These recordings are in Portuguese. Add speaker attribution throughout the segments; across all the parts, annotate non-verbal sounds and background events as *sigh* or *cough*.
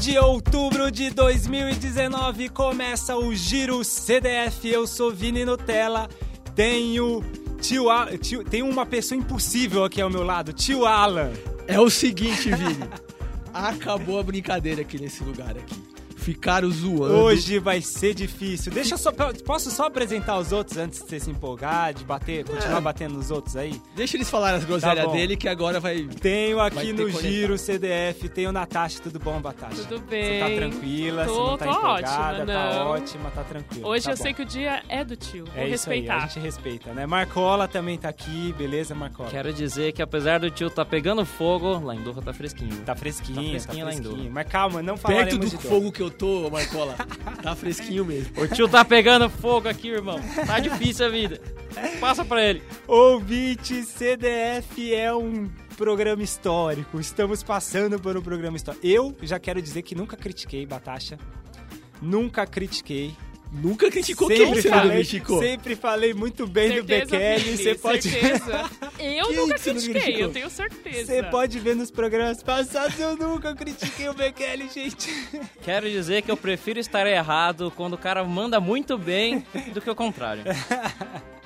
Speaker 1: de outubro de 2019 começa o Giro CDF. Eu sou Vini Nutella. Tenho tio, Al- tio tem uma pessoa impossível aqui ao meu lado, tio Alan.
Speaker 2: É o
Speaker 1: *laughs*
Speaker 2: seguinte, Vini. Acabou a brincadeira aqui nesse lugar aqui. Ficaram zoando.
Speaker 1: Hoje vai ser difícil. Deixa eu só posso só apresentar os outros antes de você se empolgar, de bater, continuar batendo nos outros aí.
Speaker 2: Deixa eles falarem as groselhas
Speaker 1: Tá bom.
Speaker 2: dele que agora vai...
Speaker 1: Tenho
Speaker 2: Vai
Speaker 1: aqui
Speaker 2: ter
Speaker 1: no
Speaker 2: conectado.
Speaker 1: Giro CDF, tenho Natasha, tudo bom, Batasha?
Speaker 3: Tudo bem.
Speaker 1: Você tá tranquila,
Speaker 3: Tô-
Speaker 1: você não tá
Speaker 3: tô
Speaker 1: empolgada,
Speaker 3: ótima,
Speaker 1: tá
Speaker 3: não.
Speaker 1: ótima, tá tranquila.
Speaker 3: Hoje
Speaker 1: tá
Speaker 3: eu
Speaker 1: bom.
Speaker 3: sei que o dia é do tio. Vou
Speaker 1: É isso aí, a
Speaker 3: respeitar.
Speaker 1: gente respeita, né? Marcola também tá aqui, beleza, Marcola?
Speaker 4: Quero dizer que apesar do tio tá pegando fogo, lá em Durra tá fresquinho.
Speaker 1: Tá fresquinho, tá
Speaker 4: Tá
Speaker 1: fresquinho,
Speaker 4: fresquinho lá em Douro.
Speaker 1: Mas calma, não
Speaker 2: Perto do
Speaker 1: falaremos de
Speaker 2: fogo que eu tô, Marcola, tá fresquinho mesmo.
Speaker 4: O tio tá pegando fogo aqui, irmão. Tá difícil a vida. Passa pra ele.
Speaker 1: Ouvinte, CDF é um programa histórico. Estamos passando por um programa histórico. Eu já quero dizer que nunca critiquei Batasha. Nunca critiquei.
Speaker 2: Nunca criticou
Speaker 1: sempre
Speaker 2: quem você não
Speaker 1: falei,
Speaker 2: criticou.
Speaker 1: sempre falei muito bem do
Speaker 3: certeza,
Speaker 1: Bekele.
Speaker 3: Vini,
Speaker 1: Você pode,
Speaker 3: certeza. Eu
Speaker 2: Quem
Speaker 3: nunca
Speaker 2: que você não
Speaker 3: critiquei,
Speaker 2: criticou?
Speaker 3: eu tenho certeza.
Speaker 1: *laughs* você pode ver nos programas passados. Eu nunca critiquei o Bekele, gente.
Speaker 4: Quero dizer que eu prefiro estar errado quando o cara manda muito bem do que o contrário.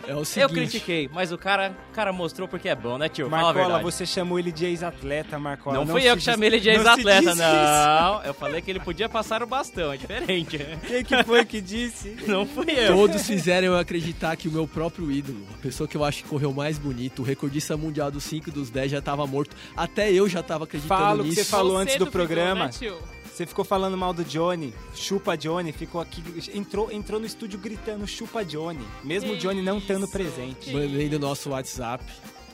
Speaker 2: É o
Speaker 4: Eu
Speaker 2: seguinte,
Speaker 4: critiquei, mas o cara, o cara mostrou porque é bom, né, tio? Fala a
Speaker 1: Marcola,
Speaker 4: verdade.
Speaker 1: você chamou ele de ex-atleta, Marcola.
Speaker 4: Não, fui eu
Speaker 1: se
Speaker 4: que
Speaker 1: diz-
Speaker 4: chamei ele de
Speaker 1: não se
Speaker 4: ex-atleta,
Speaker 1: diz isso.
Speaker 4: não. Eu falei que ele podia passar o bastão, é diferente. *laughs*
Speaker 1: Quem que foi que disse?
Speaker 4: Não fui eu.
Speaker 2: Todos fizeram eu acreditar que o meu próprio ídolo, a pessoa que eu acho que correu mais bonito, o recordista mundial dos 5 e dos 10 já tava morto. Até eu já tava acreditando
Speaker 1: Falo que
Speaker 2: nisso.
Speaker 1: você falou antes do
Speaker 3: duvidou,
Speaker 1: programa.
Speaker 3: né, tio?
Speaker 1: Você ficou falando mal do Johnny, chupa Johnny, ficou aqui, entrou, entrou no estúdio gritando chupa Johnny, mesmo o
Speaker 3: Que
Speaker 1: Johnny não estando
Speaker 3: isso.
Speaker 1: presente.
Speaker 2: Mandei no nosso WhatsApp.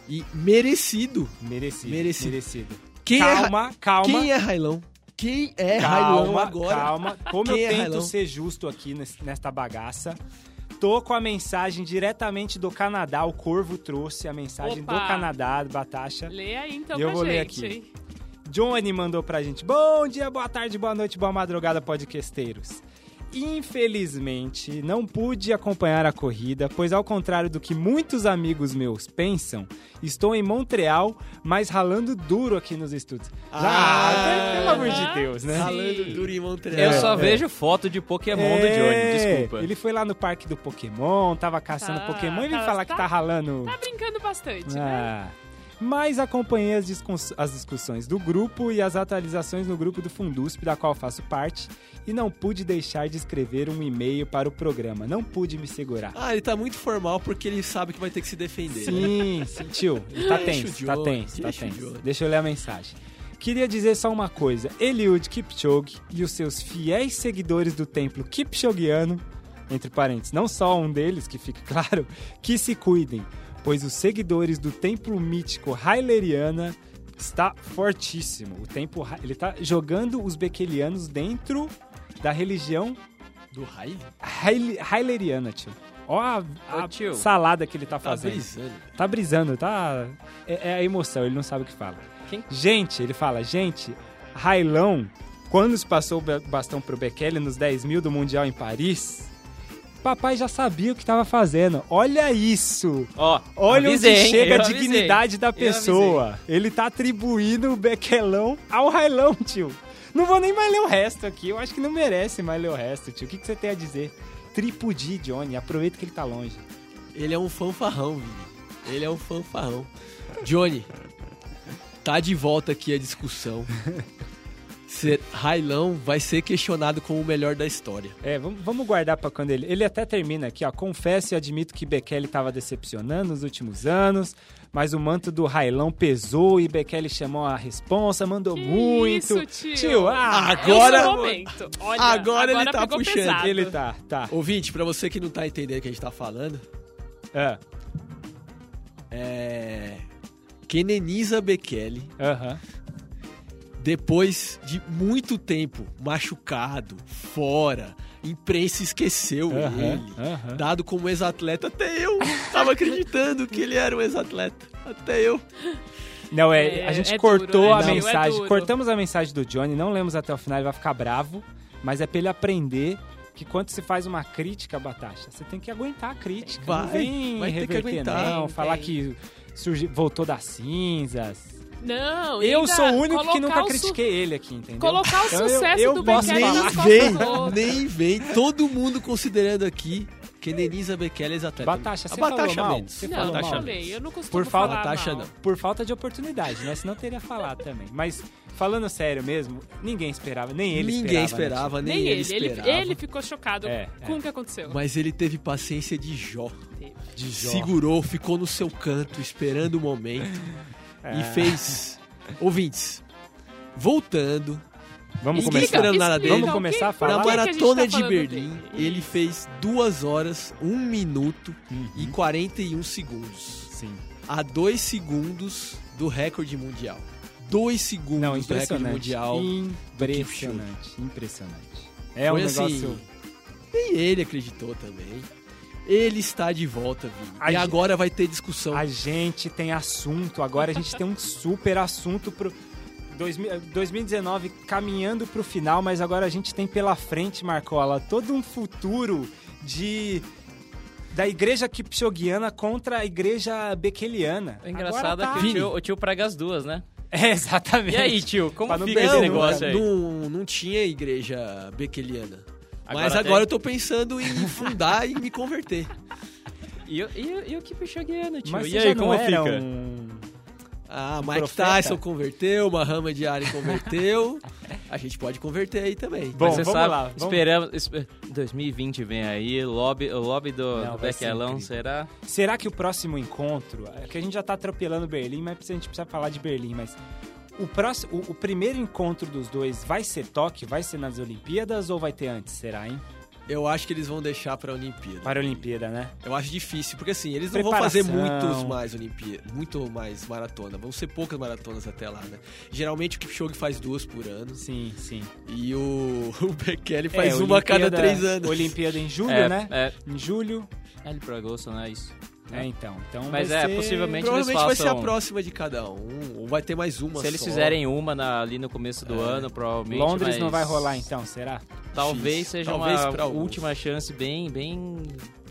Speaker 2: E merecido.
Speaker 1: Merecido, merecido.
Speaker 2: Merecido. Quem é ra-
Speaker 1: Calma, calma,
Speaker 2: Quem é Railão? Quem é Railão
Speaker 1: calma,
Speaker 2: agora?
Speaker 1: calma. Como
Speaker 2: Quem
Speaker 1: eu
Speaker 2: é
Speaker 1: tento
Speaker 2: Railão?
Speaker 1: ser justo aqui nes- nesta bagaça, tô com a mensagem diretamente do Canadá, o Corvo trouxe a mensagem
Speaker 3: Opa.
Speaker 1: do Canadá, do Batasha.
Speaker 3: Lê aí então
Speaker 1: Eu
Speaker 3: pra
Speaker 1: vou
Speaker 3: gente.
Speaker 1: ler aqui. Johnny mandou pra gente. Bom dia, boa tarde, boa noite, boa madrugada, podcasteiros. Infelizmente, não pude acompanhar a corrida, pois ao contrário do que muitos amigos meus pensam, estou em Montreal, mas ralando duro aqui nos estudos.
Speaker 2: Ah,
Speaker 1: Ah, pelo amor de
Speaker 3: ah,
Speaker 1: Deus, né?
Speaker 3: sim.
Speaker 2: Ralando duro em Montreal.
Speaker 4: Eu só
Speaker 1: É.
Speaker 4: vejo foto de Pokémon do
Speaker 1: É,
Speaker 4: Johnny, desculpa.
Speaker 1: Ele foi lá no parque do Pokémon, tava caçando
Speaker 3: Tá,
Speaker 1: Pokémon e vem
Speaker 3: tá,
Speaker 1: falar que
Speaker 3: tá-
Speaker 1: tá ralando.
Speaker 3: Tá brincando bastante, né?
Speaker 1: Ah. Mas acompanhei as, discuss- as discussões do grupo e as atualizações no grupo do Fundusp, da qual faço parte, e não pude deixar de escrever um e-mail para o programa. Não pude me segurar.
Speaker 2: Ah, ele tá muito formal porque ele sabe que vai ter que se defender.
Speaker 1: Sim, sentiu. Ele tá
Speaker 2: Deixa o
Speaker 1: tenso, tá
Speaker 2: Diogo,
Speaker 1: tenso, tá
Speaker 2: deixa o
Speaker 1: tenso.
Speaker 2: Diogo.
Speaker 1: Deixa eu ler a mensagem. Queria dizer só uma coisa. Eliud Kipchoge e os seus fiéis seguidores do templo Kipchogeano, entre parênteses, não só um deles, que fica *laughs* claro, que se cuidem, pois os seguidores do templo mítico Haileriana está fortíssimo. O templo, Ra- ele tá jogando os bequelianos dentro da religião
Speaker 2: Do raio?
Speaker 1: Haile- Haileriana, tio. Ó a, a
Speaker 4: Ô, tio.
Speaker 1: salada que ele tá
Speaker 2: Tá
Speaker 1: fazendo.
Speaker 2: brisando.
Speaker 1: Tá brisando, tá. É, é a emoção, ele não sabe o que fala.
Speaker 4: Quem-
Speaker 1: Gente, ele fala, gente, Railão, quando se passou o ba- bastão pro Bekele nos 10 mil do Mundial em Paris, papai já sabia o que tava fazendo. Olha isso!
Speaker 4: Ó,
Speaker 1: Olha
Speaker 4: avisei,
Speaker 1: onde
Speaker 4: hein?
Speaker 1: chega
Speaker 4: Eu
Speaker 1: a
Speaker 4: avisei.
Speaker 1: dignidade da
Speaker 4: Eu
Speaker 1: pessoa. Ele tá atribuindo o Bequelão ao Railão, tio. Não vou nem mais ler o resto aqui. Eu acho que não merece mais ler o resto, tio. O que, que você tem a dizer? Tripudi, Johnny. Aproveita que ele tá longe.
Speaker 2: Ele é um fanfarrão, Vini. Ele é um fanfarrão. Johnny, tá de volta aqui a discussão. Ser Railão vai ser questionado como o melhor da história.
Speaker 1: É, vamos, vamos guardar pra quando ele. Ele até termina aqui, ó. Confesso e admito que Bekele tava decepcionando nos últimos anos, mas o manto do Railão pesou e Bekele chamou a responsa, mandou
Speaker 3: Que
Speaker 1: muito.
Speaker 3: isso, tio.
Speaker 1: ah,
Speaker 2: Agora-
Speaker 3: Esse é o momento. Olha,
Speaker 2: Agora ele tá
Speaker 3: pegou
Speaker 2: puxando.
Speaker 3: pesado.
Speaker 1: ele tá, tá.
Speaker 2: Ouvinte, pra você que não tá entendendo o que a gente tá falando,
Speaker 1: Ah,
Speaker 2: é. Keneniza Bekele
Speaker 1: Aham.
Speaker 2: depois de muito tempo machucado, fora, imprensa esqueceu
Speaker 1: Aham,
Speaker 2: ele.
Speaker 1: aham.
Speaker 2: Dado como ex-atleta, até eu tava acreditando que ele era um ex-atleta. Até eu.
Speaker 1: Não, é,
Speaker 3: É,
Speaker 1: a gente
Speaker 3: é
Speaker 1: cortou
Speaker 3: duro,
Speaker 1: a
Speaker 3: é duro, é
Speaker 1: mensagem.
Speaker 3: duro.
Speaker 1: cortamos a mensagem do Johnny, não lemos até o final, ele vai ficar bravo, mas é pra ele aprender. Que quando se faz uma crítica, Batasha, você tem que aguentar a crítica. não
Speaker 2: Vai,
Speaker 1: vem
Speaker 2: vai ter que
Speaker 1: reverter,
Speaker 2: aguentar.
Speaker 1: Não,
Speaker 3: Tem,
Speaker 1: falar
Speaker 3: tem.
Speaker 1: que surgi, voltou das cinzas.
Speaker 3: Não, e
Speaker 1: Eu
Speaker 3: ainda
Speaker 1: sou o único que
Speaker 3: colocar
Speaker 1: nunca
Speaker 3: o su-
Speaker 1: critiquei ele aqui, entendeu?
Speaker 3: Colocar o
Speaker 1: Então eu-
Speaker 3: sucesso
Speaker 1: eu
Speaker 3: do
Speaker 1: posso
Speaker 3: Bekele nas
Speaker 1: falar.
Speaker 3: costas
Speaker 1: Vem.
Speaker 3: do outro.
Speaker 2: Nem vem. Todo mundo considerando aqui que Denise Bekele é exatleta.
Speaker 1: Batasha,
Speaker 2: A
Speaker 1: você falou
Speaker 2: Batasha
Speaker 1: mal?
Speaker 2: Mendes.
Speaker 1: Você
Speaker 3: Não,
Speaker 1: falou
Speaker 3: não
Speaker 2: Batasha
Speaker 1: mal?
Speaker 3: falei. Eu não costumo
Speaker 2: Por falta-
Speaker 3: falar
Speaker 2: Batasha não.
Speaker 3: mal.
Speaker 1: Por falta de oportunidade, né? Senão teria falado também. Mas, falando sério mesmo, ninguém esperava, nem ele
Speaker 2: Ninguém
Speaker 1: esperava. né,
Speaker 2: esperava,
Speaker 3: Nem,
Speaker 2: nem ele
Speaker 3: ele. ele.
Speaker 2: esperava.
Speaker 3: ele ficou chocado
Speaker 1: É,
Speaker 3: com
Speaker 1: é.
Speaker 3: o que aconteceu.
Speaker 2: Mas ele teve paciência de Jó.
Speaker 1: né? De Jó.
Speaker 2: Segurou, ficou no seu canto, esperando o momento.
Speaker 1: É.
Speaker 2: E fez. Ouvintes, voltando
Speaker 1: Vamos
Speaker 2: Ninguém
Speaker 1: começar.
Speaker 2: esperando nada dele.
Speaker 1: Vamos
Speaker 3: o
Speaker 1: começar
Speaker 3: que-
Speaker 1: a
Speaker 3: por
Speaker 1: falar?
Speaker 2: na
Speaker 1: Fala.
Speaker 3: que que a gente tá
Speaker 2: maratona de
Speaker 3: falando
Speaker 2: Berlim,
Speaker 3: dele?
Speaker 2: ele fez 2 horas, 1 minuto
Speaker 1: Uhum.
Speaker 2: e 41 segundos.
Speaker 1: Sim.
Speaker 2: A 2 segundos do recorde mundial. 2 segundos
Speaker 1: Não,
Speaker 2: do recorde
Speaker 1: impressionante.
Speaker 2: mundial.
Speaker 1: Impressionante, impressionante. É
Speaker 2: Foi
Speaker 1: um
Speaker 2: assim,
Speaker 1: negócio.
Speaker 2: Nem ele acreditou também. Ele está de volta, Vini.
Speaker 1: A
Speaker 2: e
Speaker 1: gente-
Speaker 2: agora vai ter discussão.
Speaker 1: A gente tem assunto, agora a gente tem um super assunto pro. 2000 2019 caminhando pro final, mas agora a gente tem pela frente, Marcola, todo um futuro de. Da igreja kipchogiana contra a igreja bekeliana.
Speaker 4: É engraçado
Speaker 1: Agora tá-
Speaker 4: que o
Speaker 2: Vini.
Speaker 4: tio, o tio prega as duas, né?
Speaker 1: *laughs* É, exatamente.
Speaker 4: E aí, tio, como
Speaker 1: Pra não
Speaker 4: fica
Speaker 1: perder um
Speaker 4: esse
Speaker 1: nunca.
Speaker 4: negócio aí?
Speaker 2: não, não tinha igreja bequeliana. Mas
Speaker 4: Agora
Speaker 2: agora
Speaker 4: tem.
Speaker 2: eu tô pensando em fundar e me converter.
Speaker 4: E, o- e, o- e o Kipchogeano, tio?
Speaker 1: Mas
Speaker 4: e
Speaker 1: você
Speaker 4: aí,
Speaker 1: já
Speaker 4: como
Speaker 1: não era
Speaker 4: fica?
Speaker 1: um- *laughs*
Speaker 2: Ah, Mike
Speaker 1: profeta?
Speaker 2: Tyson converteu, Mahama de Ali converteu. A gente pode converter aí também.
Speaker 1: Bom,
Speaker 4: Mas você
Speaker 1: vamos
Speaker 4: sabe,
Speaker 1: lá. Vamos...
Speaker 4: esperamos... esper- 2020 vem aí, lobby, o lobby do,
Speaker 1: Não,
Speaker 4: do
Speaker 1: vai ser
Speaker 4: Bequelão
Speaker 1: incrível.
Speaker 4: será...
Speaker 1: Será que o próximo encontro, é que a gente já tá atropelando Berlim, mas a gente precisa falar de Berlim, mas o próximo, o, o primeiro encontro dos dois vai ser Tóquio, vai ser nas Olimpíadas ou vai ter antes, será, hein?
Speaker 2: Eu acho que eles vão deixar pra Olimpíada.
Speaker 1: Para a Olimpíada, né?
Speaker 2: Eu acho difícil, porque assim, eles não vão
Speaker 1: Preparação.
Speaker 2: fazer muitos mais Olimpíadas, muito mais maratona. Vão ser poucas maratonas até lá, né? Geralmente o Kipchoge faz duas por ano
Speaker 1: Sim, sim.
Speaker 2: e o, *laughs* o Bekele faz
Speaker 1: É,
Speaker 2: uma a cada
Speaker 1: Olimpíada-
Speaker 2: três anos.
Speaker 1: Olimpíada em julho,
Speaker 4: é,
Speaker 1: né?
Speaker 4: é,
Speaker 1: Em julho.
Speaker 4: é, ele pro agosto, não é isso?
Speaker 1: É, então. então
Speaker 4: Mas
Speaker 1: vai
Speaker 4: é,
Speaker 1: ser-
Speaker 4: possivelmente-
Speaker 2: Provavelmente
Speaker 4: eles
Speaker 2: vai ser a
Speaker 4: façam-
Speaker 2: próxima de cada um, ou vai ter mais uma
Speaker 4: Se eles
Speaker 2: só.
Speaker 4: fizerem uma na- ali no começo do ano, provavelmente.
Speaker 1: É. Londres não
Speaker 4: mas
Speaker 1: vai rolar, então, será?
Speaker 4: Talvez
Speaker 2: Difícil.
Speaker 4: seja
Speaker 2: Talvez pra
Speaker 4: uma
Speaker 2: alguns.
Speaker 4: última chance bem, bem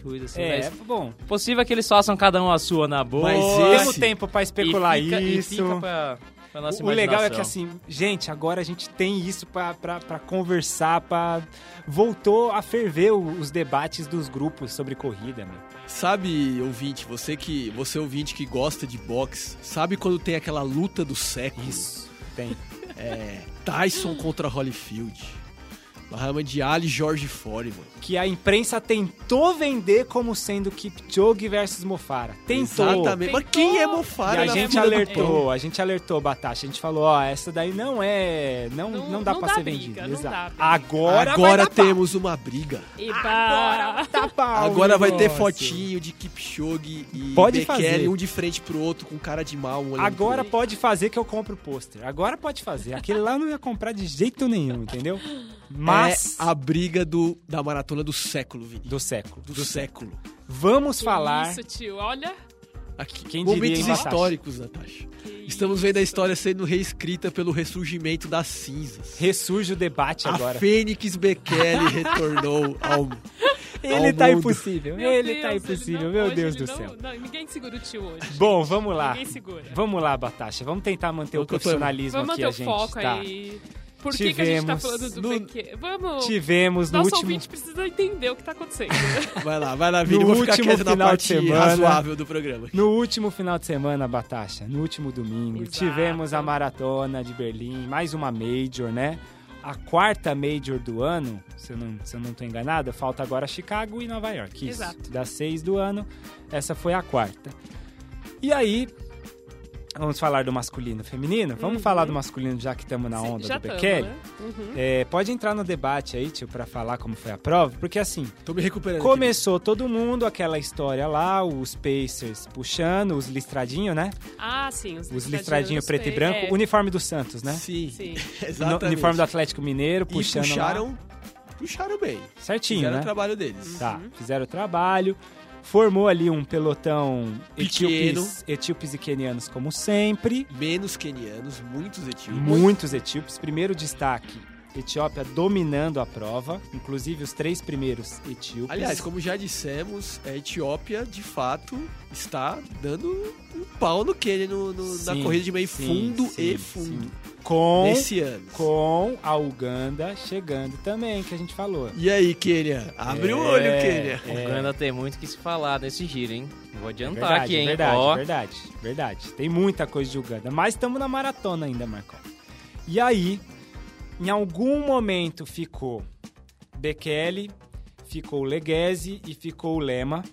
Speaker 4: coisa assim.
Speaker 1: é,
Speaker 4: Mas
Speaker 1: bom.
Speaker 4: possível que eles façam cada um a sua na boa.
Speaker 2: Mas
Speaker 4: e
Speaker 2: esse-
Speaker 1: Temos tempo pra especular
Speaker 4: fica- e
Speaker 1: isso.
Speaker 4: fica pra, pra nossa
Speaker 1: o legal é
Speaker 4: imaginação.
Speaker 1: que assim, gente, agora a gente tem isso pra- pra pra conversar, pra... voltou a ferver o- os debates dos grupos sobre corrida, né? meu.
Speaker 2: Sabe, ouvinte, você que você ouvinte que gosta de boxe, sabe quando tem aquela luta do século?
Speaker 1: Isso. Tem.
Speaker 2: É, Tyson contra Holyfield. Muhammad Ali e George Foreman.
Speaker 1: Que a imprensa tentou vender como sendo Kipchoge versus Mofara. Tentou.
Speaker 2: Exatamente. Mas
Speaker 3: Tentou.
Speaker 2: quem é
Speaker 1: E
Speaker 2: Mofara?
Speaker 1: a
Speaker 2: na
Speaker 1: gente
Speaker 2: fila do pão?
Speaker 1: alertou, a gente alertou Batasha, a gente falou, ó, essa daí não é, não, não,
Speaker 3: Não-
Speaker 1: dá
Speaker 3: não
Speaker 1: pra
Speaker 3: dá
Speaker 1: ser
Speaker 3: briga,
Speaker 1: vendida.
Speaker 3: não
Speaker 1: Exato.
Speaker 3: dá briga.
Speaker 1: Agora, vai
Speaker 2: Agora
Speaker 1: dar pau.
Speaker 2: temos uma briga.
Speaker 3: Eba!
Speaker 1: Agora, dá pau,
Speaker 2: Agora vai ter
Speaker 1: negócio.
Speaker 2: fotinho de Kipchoge e
Speaker 1: Pode
Speaker 2: Bekele,
Speaker 1: fazer.
Speaker 2: um de frente pro outro, com cara de mal. Um olhando
Speaker 1: Agora
Speaker 2: pro outro.
Speaker 1: pode fazer que eu compro o pôster. Agora pode fazer. Aquele lá eu não ia comprar de jeito nenhum, entendeu? Mas
Speaker 2: É a briga do, da maratona do século, Vini.
Speaker 1: do século.
Speaker 2: Do, século.
Speaker 1: Vamos
Speaker 3: Que
Speaker 1: falar.
Speaker 3: Isso, tio. Olha,
Speaker 2: Aqui.
Speaker 1: Quem diria,
Speaker 2: Momentos
Speaker 1: hein, Natasha?
Speaker 2: históricos, Natasha. Estamos vendo a história sendo reescrita pelo ressurgimento das cinzas.
Speaker 1: Ressurge o debate agora.
Speaker 2: A Fênix
Speaker 1: *laughs*
Speaker 2: Bekele retornou ao.
Speaker 1: Ele
Speaker 2: ao
Speaker 1: tá
Speaker 2: mundo.
Speaker 1: impossível.
Speaker 3: meu
Speaker 1: ele
Speaker 3: Deus,
Speaker 1: tá impossível,
Speaker 3: não-
Speaker 1: meu
Speaker 3: hoje
Speaker 1: Deus
Speaker 3: ele
Speaker 1: do
Speaker 3: não-
Speaker 1: céu.
Speaker 3: não, ninguém segura o tio hoje.
Speaker 1: Bom, vamos lá.
Speaker 3: Ninguém segura.
Speaker 1: Vamos lá, Batasha. Vamos tentar manter o
Speaker 2: Vamos que
Speaker 1: profissionalismo
Speaker 3: Vamos
Speaker 1: aqui
Speaker 3: manter
Speaker 1: a
Speaker 3: o
Speaker 1: gente.
Speaker 3: foco
Speaker 1: tá?
Speaker 3: aí. Por que, que a gente tá
Speaker 1: Tivemos
Speaker 3: falando do
Speaker 2: no-
Speaker 3: BQ? Vamos.
Speaker 1: Tivemos no
Speaker 3: Nosso
Speaker 1: último.
Speaker 3: ouvinte precisa entender o que tá acontecendo.
Speaker 2: Vai lá, vai lá, Vini.
Speaker 1: No
Speaker 2: Vou ficar
Speaker 1: último
Speaker 2: quieto na
Speaker 1: final de
Speaker 2: parte
Speaker 1: semana.
Speaker 2: razoável do programa.
Speaker 1: No último final de semana, Batasha, no último domingo,
Speaker 3: Exato.
Speaker 1: tivemos a maratona de Berlim, mais uma Major, né? A quarta Major do ano, se eu não, se eu não tô enganado, falta agora Chicago e Nova York. Isso.
Speaker 3: Exato.
Speaker 1: Das seis do ano, essa foi a quarta. E aí, vamos falar do masculino e feminino? Vamos falar do masculino já que estamos *laughs* na onda
Speaker 3: Uhum. *laughs* Já
Speaker 1: do
Speaker 3: tamo,
Speaker 1: Bekele?
Speaker 3: né? Uhum.
Speaker 1: É, pode entrar no debate aí, tio, pra falar como foi a prova, porque assim,
Speaker 2: Tô me recuperando. aqui.
Speaker 1: Começou todo mundo, aquela história lá, os Pacers puxando, os listradinhos, né?
Speaker 3: Ah, sim. Os,
Speaker 1: Os listradinhos
Speaker 3: listradinhos
Speaker 1: preto e
Speaker 3: feios.
Speaker 1: branco,
Speaker 3: É,
Speaker 1: uniforme do Santos, né?
Speaker 2: Sim, *laughs*
Speaker 3: Sim.
Speaker 2: É, exatamente.
Speaker 1: No- uniforme do Atlético Mineiro,
Speaker 2: E
Speaker 1: puxando lá.
Speaker 2: puxaram, puxaram bem.
Speaker 1: certinho,
Speaker 2: Fizeram
Speaker 1: né?
Speaker 2: o trabalho deles.
Speaker 1: Tá, fizeram o trabalho. Formou ali um pelotão
Speaker 2: Pequeno.
Speaker 1: etíopes, etíopes e quenianos, como sempre.
Speaker 2: Menos quenianos, muitos etíopes.
Speaker 1: Muitos etíopes. Primeiro destaque, Etiópia dominando a prova. Inclusive, os três primeiros etíopes.
Speaker 2: Aliás, como já dissemos, a Etiópia, de fato, está dando um pau no Kenny no, no- na
Speaker 1: Sim,
Speaker 2: corrida de meio
Speaker 1: sim,
Speaker 2: fundo
Speaker 1: sim, sim.
Speaker 2: e fundo
Speaker 1: Com,
Speaker 2: nesse ano.
Speaker 1: com a Uganda chegando também, que a gente falou.
Speaker 2: E aí, Kenya? Abre
Speaker 1: É.
Speaker 2: o olho, Kenya.
Speaker 1: assim,
Speaker 4: O Uganda tem muito o que se falar nesse giro, hein? Vou adiantar
Speaker 1: Verdade,
Speaker 4: tá aqui, hein?
Speaker 1: verdade,
Speaker 4: Ó,
Speaker 1: verdade, verdade. Tem muita coisa de Uganda, mas estamos na maratona ainda, Marcão. E aí, em algum momento ficou Bekele, ficou Leguese e ficou Lema.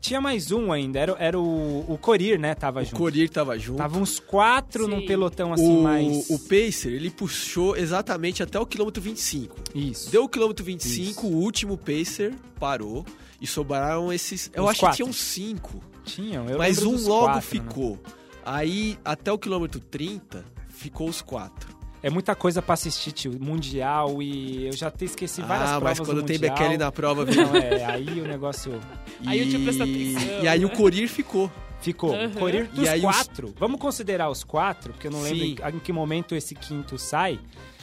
Speaker 1: Tinha mais um ainda, era, era o, o Corir, né? Tava
Speaker 2: O
Speaker 1: junto.
Speaker 2: Corir tava junto.
Speaker 1: Tava uns quatro
Speaker 3: Sim.
Speaker 1: num pelotão assim,
Speaker 2: o,
Speaker 1: mais...
Speaker 2: o Pacer, ele puxou exatamente até o quilômetro 25.
Speaker 1: Isso.
Speaker 2: Deu o quilômetro 25,
Speaker 1: Isso.
Speaker 2: o último Pacer parou e sobraram esses... Eu
Speaker 1: Uns
Speaker 2: acho
Speaker 1: quatro.
Speaker 2: que tinham cinco.
Speaker 1: Tinham, eu
Speaker 2: Mas
Speaker 1: lembro
Speaker 2: um
Speaker 1: dos
Speaker 2: logo
Speaker 1: quatro, né?
Speaker 2: ficou. Aí, até o quilômetro 30, ficou os quatro.
Speaker 1: É muita coisa pra assistir, tio. Mundial e... Eu já até esqueci várias
Speaker 2: ah,
Speaker 1: provas
Speaker 2: mas quando
Speaker 1: do
Speaker 2: tem
Speaker 1: mundial.
Speaker 2: Bekele na prova,
Speaker 1: *laughs*
Speaker 2: viu?
Speaker 1: Não, é, aí o negócio...
Speaker 3: Aí eu te
Speaker 2: E-
Speaker 3: presto atenção,
Speaker 2: E aí
Speaker 3: né?
Speaker 2: o Corir ficou.
Speaker 1: Ficou.
Speaker 3: Aham.
Speaker 1: Corir dos
Speaker 2: E aí os-
Speaker 1: quatro. Vamos considerar os quatro, porque eu não lembro
Speaker 2: Sim.
Speaker 1: em, em que momento esse quinto sai.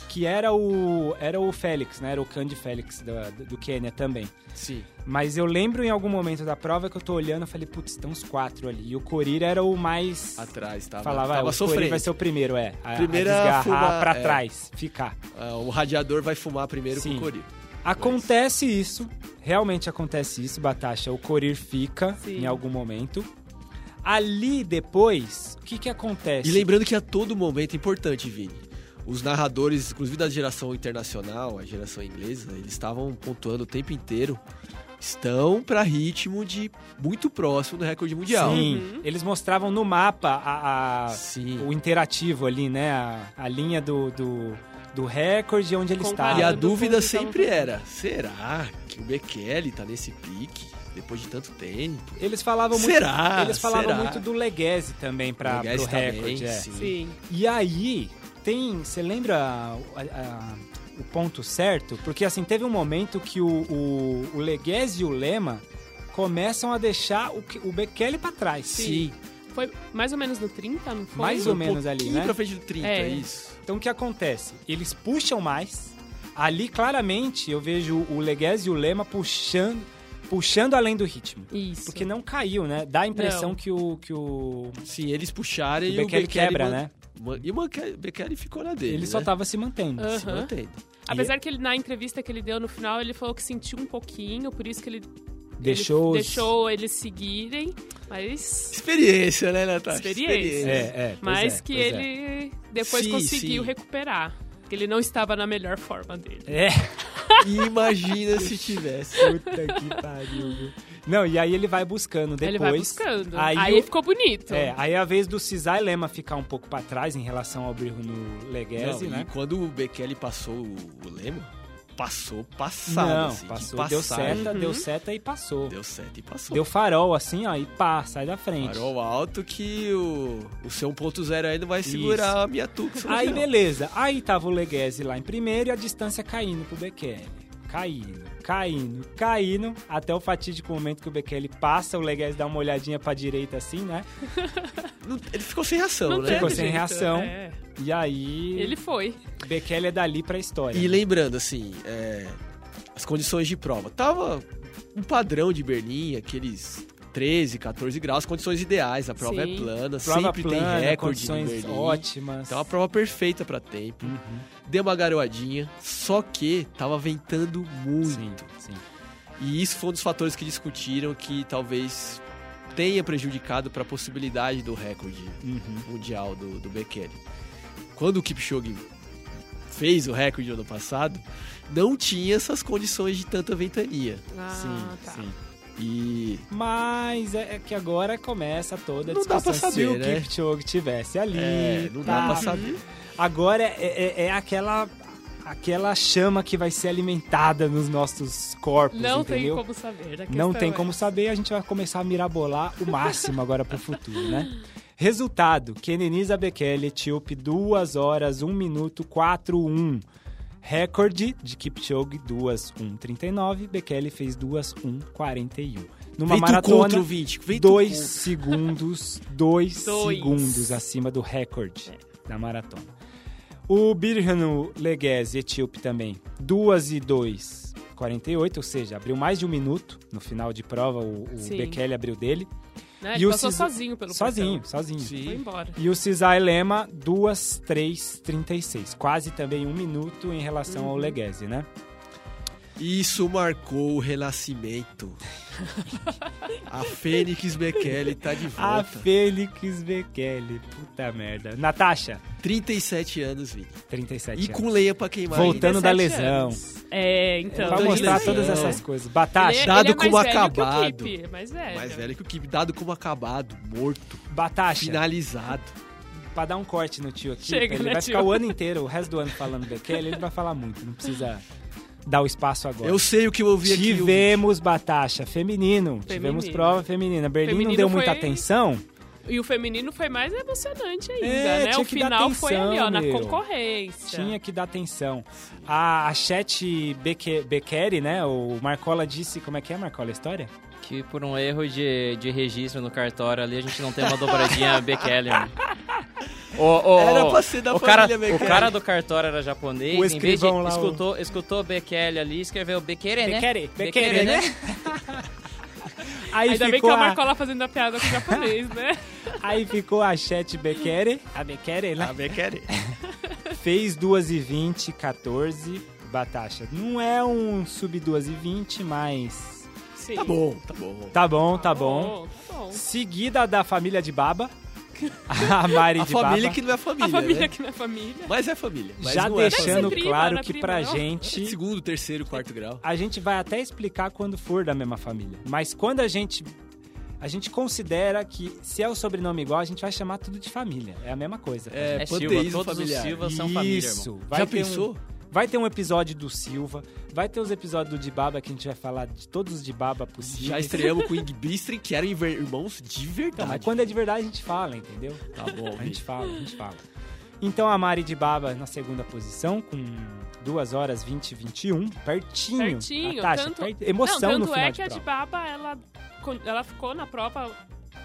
Speaker 1: Que era o. Era o Félix, né? Era o Candy Félix da- do, Quênia também.
Speaker 2: Sim.
Speaker 1: Mas eu lembro em algum momento da prova que eu tô olhando e falei, putz, estão os quatro ali. E o Corir era o mais.
Speaker 2: Atrás, tava,
Speaker 1: Falava, ah,
Speaker 2: tá. tava
Speaker 1: o Corir
Speaker 2: sofrendo.
Speaker 1: vai ser o primeiro, é. A, a
Speaker 2: Primeira
Speaker 1: desgarrar
Speaker 2: fuma-
Speaker 1: pra
Speaker 2: é.
Speaker 1: trás, ficar.
Speaker 2: Ah, o radiador vai fumar primeiro
Speaker 1: Sim.
Speaker 2: com o Corir.
Speaker 1: Acontece isso, realmente acontece isso, Batasha. O Corir fica
Speaker 3: Sim.
Speaker 1: em algum momento. Ali depois, o que que acontece?
Speaker 2: E lembrando que a todo momento é importante, Vini. Os narradores, inclusive da geração internacional, a geração inglesa, eles estavam pontuando o tempo inteiro. Estão para ritmo de muito próximo do recorde mundial.
Speaker 1: Sim,
Speaker 3: Uhum.
Speaker 1: eles mostravam no mapa a, a-
Speaker 2: Sim.
Speaker 1: o interativo ali, né? A, a linha do, do, do recorde onde ele
Speaker 3: Comparado.
Speaker 2: E a
Speaker 1: estava.
Speaker 3: do
Speaker 2: dúvida
Speaker 3: público,
Speaker 2: sempre
Speaker 3: então,
Speaker 2: era: será que o Bekele tá nesse pique depois de tanto tempo?
Speaker 1: Eles falavam muito,
Speaker 2: será?
Speaker 1: eles falavam
Speaker 2: será?
Speaker 1: muito do Leguese também para
Speaker 2: Legal,
Speaker 1: o
Speaker 2: está bem,
Speaker 1: recorde. é.
Speaker 2: sim.
Speaker 3: Sim.
Speaker 1: E aí, tem. Você lembra a- a- o ponto certo? Porque assim, teve um momento que o, o, o Leguese e o Lema começam a deixar o, que- o Bekele para trás.
Speaker 2: Sim,
Speaker 3: Foi mais ou menos no 30, não foi?
Speaker 1: Mais
Speaker 2: foi um
Speaker 1: ou menos ali,
Speaker 2: pouquinho
Speaker 1: né?
Speaker 2: pra frente do 30,
Speaker 3: É.
Speaker 2: isso.
Speaker 1: Então o que acontece? Eles puxam mais. Ali claramente eu vejo o Leguez e o Lema puxando, puxando além do ritmo.
Speaker 3: Isso.
Speaker 1: Porque não caiu, né? Dá a impressão
Speaker 3: Não.
Speaker 1: que o que o,
Speaker 2: Sim, eles puxaram
Speaker 1: que o
Speaker 2: e o
Speaker 1: Bekele
Speaker 2: Bekele
Speaker 1: quebra,
Speaker 2: man-
Speaker 1: né?
Speaker 2: man- E o Manke- Bekele ficou na dele.
Speaker 1: Ele, só tá-
Speaker 2: né?
Speaker 1: tava se mantendo.
Speaker 3: Ah.
Speaker 2: se
Speaker 3: Aham.
Speaker 2: mantendo.
Speaker 1: é-
Speaker 3: Apesar que ele, na entrevista que ele deu no final, ele falou que sentiu um pouquinho, por isso que ele
Speaker 1: Deixou,
Speaker 3: ele
Speaker 1: os-
Speaker 3: deixou eles seguirem, mas,
Speaker 2: Experiência, né, Natasha?
Speaker 3: Experiência.
Speaker 1: É, é. pois
Speaker 3: mas
Speaker 1: é,
Speaker 3: que
Speaker 1: pois é.
Speaker 3: ele depois
Speaker 2: Sim,
Speaker 3: conseguiu
Speaker 2: sim.
Speaker 3: recuperar. Porque ele não estava na melhor forma dele.
Speaker 1: É,
Speaker 2: E Imagina se tivesse.
Speaker 1: puta que pariu. viu? Não, e aí ele vai buscando depois.
Speaker 3: ele vai buscando.
Speaker 1: Aí
Speaker 3: Aí,
Speaker 1: o-
Speaker 3: ficou bonito.
Speaker 1: É, aí a vez do Cisai Lema ficar um pouco pra trás em relação ao brigo no Leguese,
Speaker 2: Não,
Speaker 1: né?
Speaker 2: E quando o Bekele passou o o Lema, passou passado,
Speaker 1: Não,
Speaker 2: assim, de
Speaker 1: passou, deu
Speaker 2: passagem.
Speaker 1: seta,
Speaker 3: Uhum.
Speaker 1: deu seta e passou.
Speaker 2: Deu certo e passou.
Speaker 1: Deu farol assim, ó, e pá, sai da frente.
Speaker 2: Farol alto que o, o seu 1.0 aí não vai segurar a minha né? tuxa.
Speaker 1: Aí
Speaker 2: não.
Speaker 1: beleza, aí tava o Leguese lá em primeiro e a distância caindo pro Bekele. Caindo, caindo, caindo, até o fatídico momento que o Bekele passa, o Leguese dá uma olhadinha pra direita assim, né?
Speaker 2: Não- ele ficou sem reação,
Speaker 3: Não
Speaker 2: né?
Speaker 3: teve
Speaker 1: Ficou sem
Speaker 3: jeito,
Speaker 1: reação.
Speaker 3: é.
Speaker 1: E aí,
Speaker 3: Ele foi.
Speaker 1: Bekele é dali pra história. né?
Speaker 2: E lembrando, assim, é, as condições de prova. Tava um padrão de Berlim, aqueles 13, 14 graus, condições ideais. A prova
Speaker 3: Sim.
Speaker 2: é plana,
Speaker 1: Prova
Speaker 2: sempre
Speaker 1: plana,
Speaker 2: tem recorde em
Speaker 1: condições
Speaker 2: Berlim.
Speaker 1: ótimas.
Speaker 2: Então, a prova perfeita pra tempo.
Speaker 1: Uhum.
Speaker 2: Deu uma garoadinha, só que tava ventando muito.
Speaker 1: Sim, sim.
Speaker 2: E isso foi um dos fatores que discutiram que talvez tenha prejudicado pra possibilidade do recorde
Speaker 1: Uhum.
Speaker 2: mundial do, do Bekele. Quando o Kipchoge fez o recorde no ano passado, não tinha essas condições de tanta ventania. assim.
Speaker 1: sim,
Speaker 3: Ah, tá.
Speaker 1: sim.
Speaker 2: E
Speaker 1: Mas é é que agora começa toda a
Speaker 2: Não dá
Speaker 1: discussão.
Speaker 2: pra
Speaker 1: Se
Speaker 2: saber,
Speaker 1: o
Speaker 2: né?
Speaker 1: Kipchoge tivesse ali,
Speaker 2: é, não
Speaker 1: tá,
Speaker 2: dá pra saber.
Speaker 1: Agora é, é- é aquela aquela chama que vai ser alimentada nos nossos corpos,
Speaker 3: Não tem
Speaker 1: entendeu?
Speaker 3: como saber. a
Speaker 1: Não
Speaker 3: questão
Speaker 1: tem
Speaker 3: é-
Speaker 1: como saber, a gente vai começar a mirabolar o máximo agora pro futuro, né? Resultado: Kenenisa Bekele, etíope, 2 horas, 1 minuto, 4, 1. Recorde de Kipchoge, um 2, 1, 39. Bekele fez um, 2, 1, 41. Numa
Speaker 2: Vem tu um contra o
Speaker 1: maratona,
Speaker 2: 20, vem tu
Speaker 1: 2
Speaker 2: contra.
Speaker 1: segundos, 2
Speaker 3: Dois. É.
Speaker 1: segundos acima do recorde da maratona. O Birhanu Leguese, etíope também, 2 e 2, 48, ou seja, abriu mais de um minuto. No final de prova, o, o
Speaker 3: Sim.
Speaker 1: Bekele abriu dele.
Speaker 3: Né?
Speaker 1: E
Speaker 3: Ele
Speaker 1: o
Speaker 3: passou
Speaker 1: Cis-
Speaker 3: sozinho pelo
Speaker 1: Sozinho, sozinho.
Speaker 3: portão. Foi embora.
Speaker 1: E o Cisai Lema, 2,3,36. Quase também um minuto em relação
Speaker 3: Uhum.
Speaker 1: ao Leguese, né?
Speaker 2: Isso marcou o
Speaker 1: *laughs*
Speaker 2: renascimento. A Fênix Bekele tá de
Speaker 1: A
Speaker 2: volta.
Speaker 1: Félix Bekele. Puta merda. Natasha,
Speaker 2: 37 anos, Vini.
Speaker 1: 37
Speaker 2: E
Speaker 1: anos.
Speaker 2: com lenha pra queimar. ainda.
Speaker 1: Voltando da
Speaker 3: 17
Speaker 1: lesão.
Speaker 3: anos. É, então.
Speaker 1: Pra
Speaker 2: Voltando
Speaker 1: mostrar
Speaker 2: de lesão.
Speaker 1: todas essas coisas.
Speaker 3: Ele, é-
Speaker 1: Batasha,
Speaker 3: ele
Speaker 2: Dado
Speaker 3: é mais
Speaker 2: como
Speaker 3: velho
Speaker 2: acabado.
Speaker 3: Que o é. Kipe, mais velho.
Speaker 2: Mais velho que o Kib, dado como acabado, morto,
Speaker 3: é-
Speaker 1: Batasha.
Speaker 2: finalizado.
Speaker 1: Pra dar um corte no tio aqui.
Speaker 3: Chega,
Speaker 1: ele
Speaker 3: né,
Speaker 1: vai
Speaker 3: tio?
Speaker 1: ficar o ano inteiro, o resto do ano falando Bekele, ele vai falar muito. Não precisa dar o espaço agora.
Speaker 2: Eu sei o que eu ouvi aqui. Vini.
Speaker 1: Tivemos Batasha feminino, Tivemos
Speaker 3: Feminino.
Speaker 1: prova feminina. Berlim não
Speaker 3: Feminino
Speaker 1: deu muita
Speaker 3: foi-
Speaker 1: atenção.
Speaker 3: E o feminino foi mais emocionante ainda,
Speaker 1: É,
Speaker 3: né?
Speaker 1: tinha
Speaker 3: O
Speaker 1: que dar
Speaker 3: final foi ali, ó, na
Speaker 1: atenção, meu.
Speaker 3: concorrência.
Speaker 1: Tinha que dar atenção. A, a Chet Beke- Bekeri, né? O Marcola disse. Como é que é, Marcola, a história?
Speaker 4: Que por um erro de, de registro no cartório ali, a gente não tem uma dobradinha *laughs* Bekele. né? O, o,
Speaker 2: Era
Speaker 4: o-
Speaker 2: pra ser da
Speaker 4: o
Speaker 2: família
Speaker 4: cara,
Speaker 2: Bekele.
Speaker 4: O cara do cartório era japonês,
Speaker 1: O
Speaker 4: em vez de
Speaker 1: escrivão lá, o-
Speaker 4: escutou, escutou Bekele ali, escreveu
Speaker 3: É,
Speaker 4: Bekele, né?
Speaker 1: Bekele, Bekele,
Speaker 3: *laughs*
Speaker 1: né? Aí
Speaker 3: Ainda bem que
Speaker 1: ficou
Speaker 3: é o
Speaker 1: a,
Speaker 3: Marcola fazendo a piada com o japonês, né?
Speaker 1: *laughs* aí ficou a Chet Bekeri. A Bekeri, né?
Speaker 2: Bekele.
Speaker 1: Fez 2,20, 14. Batasha. Não é um sub 2,20, mas.
Speaker 3: Sim.
Speaker 2: Tá bom, tá bom.
Speaker 1: Tá bom, tá bom.
Speaker 3: Tá bom.
Speaker 1: Seguida da família de Baba.
Speaker 2: *laughs*
Speaker 1: A Mari
Speaker 2: A
Speaker 1: de
Speaker 2: família
Speaker 1: Baba.
Speaker 2: que não é família,
Speaker 3: A família
Speaker 2: né?
Speaker 3: que não é família.
Speaker 2: Mas é família. Mas
Speaker 1: Já
Speaker 2: não é
Speaker 1: deixando
Speaker 3: família. Prima,
Speaker 1: claro
Speaker 3: não é
Speaker 1: que
Speaker 3: prima,
Speaker 1: pra
Speaker 3: não.
Speaker 2: família.
Speaker 1: gente.
Speaker 2: Segundo, terceiro, quarto grau.
Speaker 1: A gente vai até explicar quando for da mesma família. Mas quando a gente. A gente considera que se é o sobrenome igual, a gente vai chamar tudo de família. É a mesma coisa. pra gente.
Speaker 2: É,
Speaker 4: É Silva,
Speaker 2: panteísmo
Speaker 4: todos
Speaker 2: familiar.
Speaker 4: os Silvas são família, irmão.
Speaker 1: Isso. Vai
Speaker 2: Já
Speaker 1: ter um-
Speaker 2: pensou?
Speaker 1: vai ter um episódio do Silva, vai ter os episódios do Dibaba que a gente vai falar de todos os Dibaba possíveis.
Speaker 2: Já estreamos com o Ingbistrin, que eram inver- irmãos de
Speaker 1: Então, mas
Speaker 2: verdade.
Speaker 1: quando é de verdade, a gente fala, entendeu?
Speaker 2: Tá bom,
Speaker 1: A
Speaker 2: Vini.
Speaker 1: gente fala, a gente fala. Então a Mari de Baba na segunda posição, com 2 horas 20 e 21, pertinho. Ah,
Speaker 3: Certinho,
Speaker 1: Natasha,
Speaker 3: tanto-
Speaker 1: per- Emoção
Speaker 3: não,
Speaker 1: no
Speaker 3: tanto
Speaker 1: final
Speaker 3: é
Speaker 1: de
Speaker 3: que a
Speaker 1: prova.
Speaker 3: Dibaba, ela, ela ficou na prova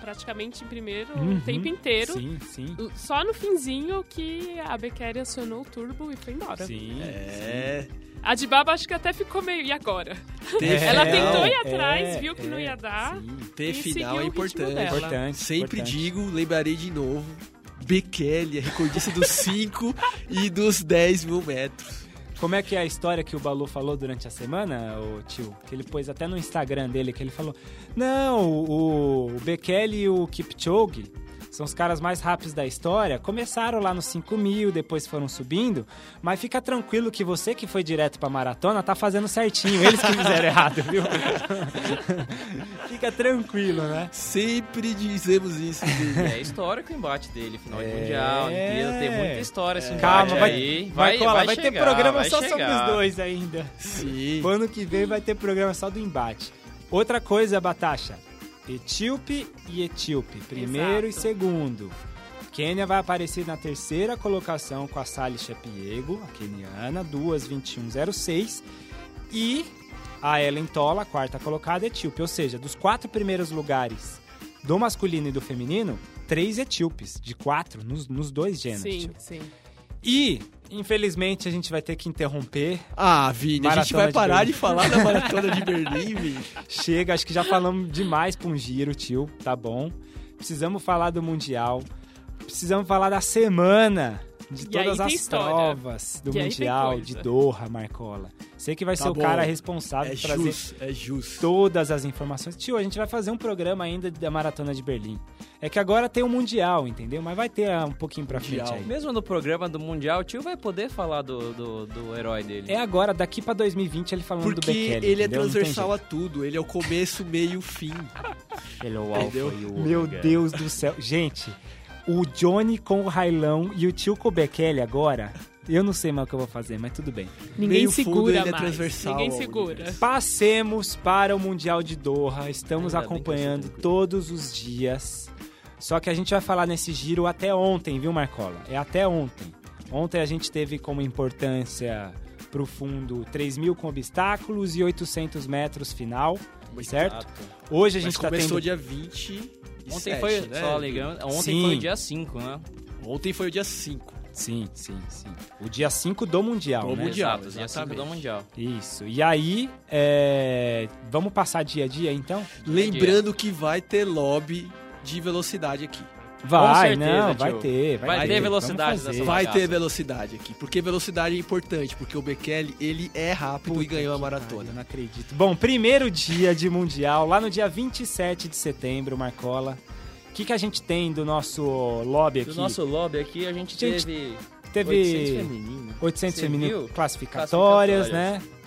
Speaker 3: praticamente em primeiro
Speaker 1: Uhum,
Speaker 3: o tempo inteiro.
Speaker 1: Sim, sim.
Speaker 3: Só no finzinho que a Bekele acionou o turbo e foi embora.
Speaker 1: Sim.
Speaker 2: É,
Speaker 3: A Dibaba acho que até ficou meio. E agora?
Speaker 2: ter final,
Speaker 3: Ela tentou ir atrás, viu que não ia dar.
Speaker 1: É, sim.
Speaker 2: Ter
Speaker 3: e
Speaker 2: final
Speaker 3: seguiu
Speaker 2: é
Speaker 3: o
Speaker 2: importante.
Speaker 3: ritmo dela.
Speaker 1: Importante.
Speaker 2: Sempre
Speaker 1: importante.
Speaker 2: digo, lembrarei de novo. Bekele é recordista dos *laughs* 5 e dos 10 mil metros.
Speaker 1: Como é que é a história que o Balu falou durante a semana, o tio? Que ele pôs até no Instagram dele, que ele falou: Não, o, o Bekele e o Kipchoge são os caras mais rápidos da história. Começaram lá nos 5 mil, depois foram subindo. Mas fica tranquilo que você que foi direto pra maratona tá fazendo certinho. Eles que fizeram errado, viu? *laughs* fica tranquilo, né?
Speaker 2: Sempre dizemos isso. né? *laughs* Vini.
Speaker 4: É histórico o embate dele, final de
Speaker 1: É.
Speaker 4: mundial, Olimpíada, tem muita história esse embate
Speaker 1: Calma, vai,
Speaker 4: aí.
Speaker 1: Marcola, vai, ter
Speaker 4: chegar,
Speaker 1: programa
Speaker 4: vai
Speaker 1: só sobre
Speaker 4: chegar.
Speaker 1: os dois ainda.
Speaker 2: Sim.
Speaker 1: O ano que vem vai ter programa só do embate. Outra coisa, Batasha. Etíope e Etíope, primeiro e
Speaker 3: Exato.
Speaker 1: segundo. Quênia vai aparecer na terceira colocação com a Sally Chepiego, a keniana, 2:21.06 e a Ellen Tola, quarta colocada, etíope. Ou seja, dos quatro primeiros lugares do masculino e do feminino, três etíopes, de quatro, nos, nos dois gêneros.
Speaker 3: Sim,
Speaker 1: tio.
Speaker 3: sim.
Speaker 1: E, infelizmente, a gente vai ter que interromper
Speaker 2: Ah, Vini, a gente
Speaker 1: Maratona
Speaker 2: vai
Speaker 1: de
Speaker 2: parar
Speaker 1: Berlim.
Speaker 2: de falar da maratona de Berlim, Vini.
Speaker 1: Chega, acho que já falamos demais pra um giro, tio, tá bom? Precisamos falar do Mundial. Precisamos falar da semana de
Speaker 3: E aí
Speaker 1: todas
Speaker 3: tem
Speaker 1: as
Speaker 3: história.
Speaker 1: provas do
Speaker 3: E aí tem
Speaker 1: Mundial
Speaker 3: coisa.
Speaker 1: de Doha, Marcola. Você que vai
Speaker 2: Tá
Speaker 1: ser o
Speaker 2: bom.
Speaker 1: cara responsável
Speaker 2: É
Speaker 1: por trazer
Speaker 2: justo, é justo.
Speaker 1: todas as informações. Tio, a gente vai fazer um programa ainda da Maratona de Berlim. É que agora tem o Mundial, entendeu? Mas vai ter ah, um pouquinho pra
Speaker 2: Mundial.
Speaker 1: frente aí.
Speaker 4: Mesmo no programa do Mundial, o tio vai poder falar do, do, do herói dele.
Speaker 1: É agora, daqui pra 2020, ele falando do
Speaker 2: Porque
Speaker 1: Bekele,
Speaker 2: ele é
Speaker 1: entendeu? Não tem
Speaker 2: transversal a tudo, ele é o começo, meio, fim.
Speaker 4: Ele é o
Speaker 2: Entendeu?
Speaker 4: e o
Speaker 1: Meu
Speaker 4: ômega.
Speaker 1: Deus do céu. Gente, o Johnny com o Railão e o tio Bekele agora. Eu não sei mais o que eu vou fazer, mas tudo bem.
Speaker 3: Ninguém
Speaker 2: Meio fundo,
Speaker 3: segura
Speaker 2: ele é
Speaker 3: mais.
Speaker 2: transversal
Speaker 3: Ninguém
Speaker 2: ao
Speaker 3: segura.
Speaker 2: universo.
Speaker 1: Passemos para o Mundial de Doha. Estamos
Speaker 4: Ainda bem que eu
Speaker 1: acompanhando
Speaker 4: sou tranquilo.
Speaker 1: todos os dias. Só que a gente vai falar nesse giro até ontem, viu, Marcola? É até ontem. Ontem a gente teve como importância pro fundo 3 mil com obstáculos e 800 metros final, certo? Hoje a gente
Speaker 2: Mas
Speaker 1: está
Speaker 2: começou
Speaker 1: tá tendo
Speaker 2: dia 20.
Speaker 4: Ontem foi, só ligando, ontem
Speaker 1: Sim.
Speaker 4: foi o dia 5, né?
Speaker 2: né? Ontem foi o dia 5.
Speaker 1: Sim, sim, sim. O dia 5 do Mundial,
Speaker 2: Do
Speaker 1: né?
Speaker 2: Mundial.
Speaker 4: Exato, dia 5
Speaker 2: exatamente.
Speaker 4: do Mundial.
Speaker 1: Isso. E aí, é, vamos passar dia a dia, então?
Speaker 2: Lembrando que vai ter lobby de velocidade aqui.
Speaker 1: Vai,
Speaker 4: certeza,
Speaker 1: não, vai
Speaker 4: Diogo.
Speaker 1: ter. Vai,
Speaker 4: Vai ter
Speaker 1: vamos
Speaker 4: velocidade
Speaker 1: fazer.
Speaker 4: dessa Sim,
Speaker 2: Vai
Speaker 4: bagaça.
Speaker 2: ter velocidade aqui, porque velocidade é importante, porque o Bekele, ele é rápido e
Speaker 1: Puta
Speaker 2: ganhou a
Speaker 1: que
Speaker 2: maratona.
Speaker 1: pariu, não acredito. Bom, primeiro dia de Mundial, lá no dia 27 de setembro, Marcola. O que, que a gente tem do nosso lobby aqui?
Speaker 4: Do nosso lobby aqui, a gente
Speaker 1: Gente,
Speaker 4: teve,
Speaker 1: Teve
Speaker 4: 800 feminino.
Speaker 1: 800
Speaker 4: Você
Speaker 1: feminino
Speaker 4: viu?
Speaker 1: classificatórias,
Speaker 4: Classificatórias.
Speaker 1: né?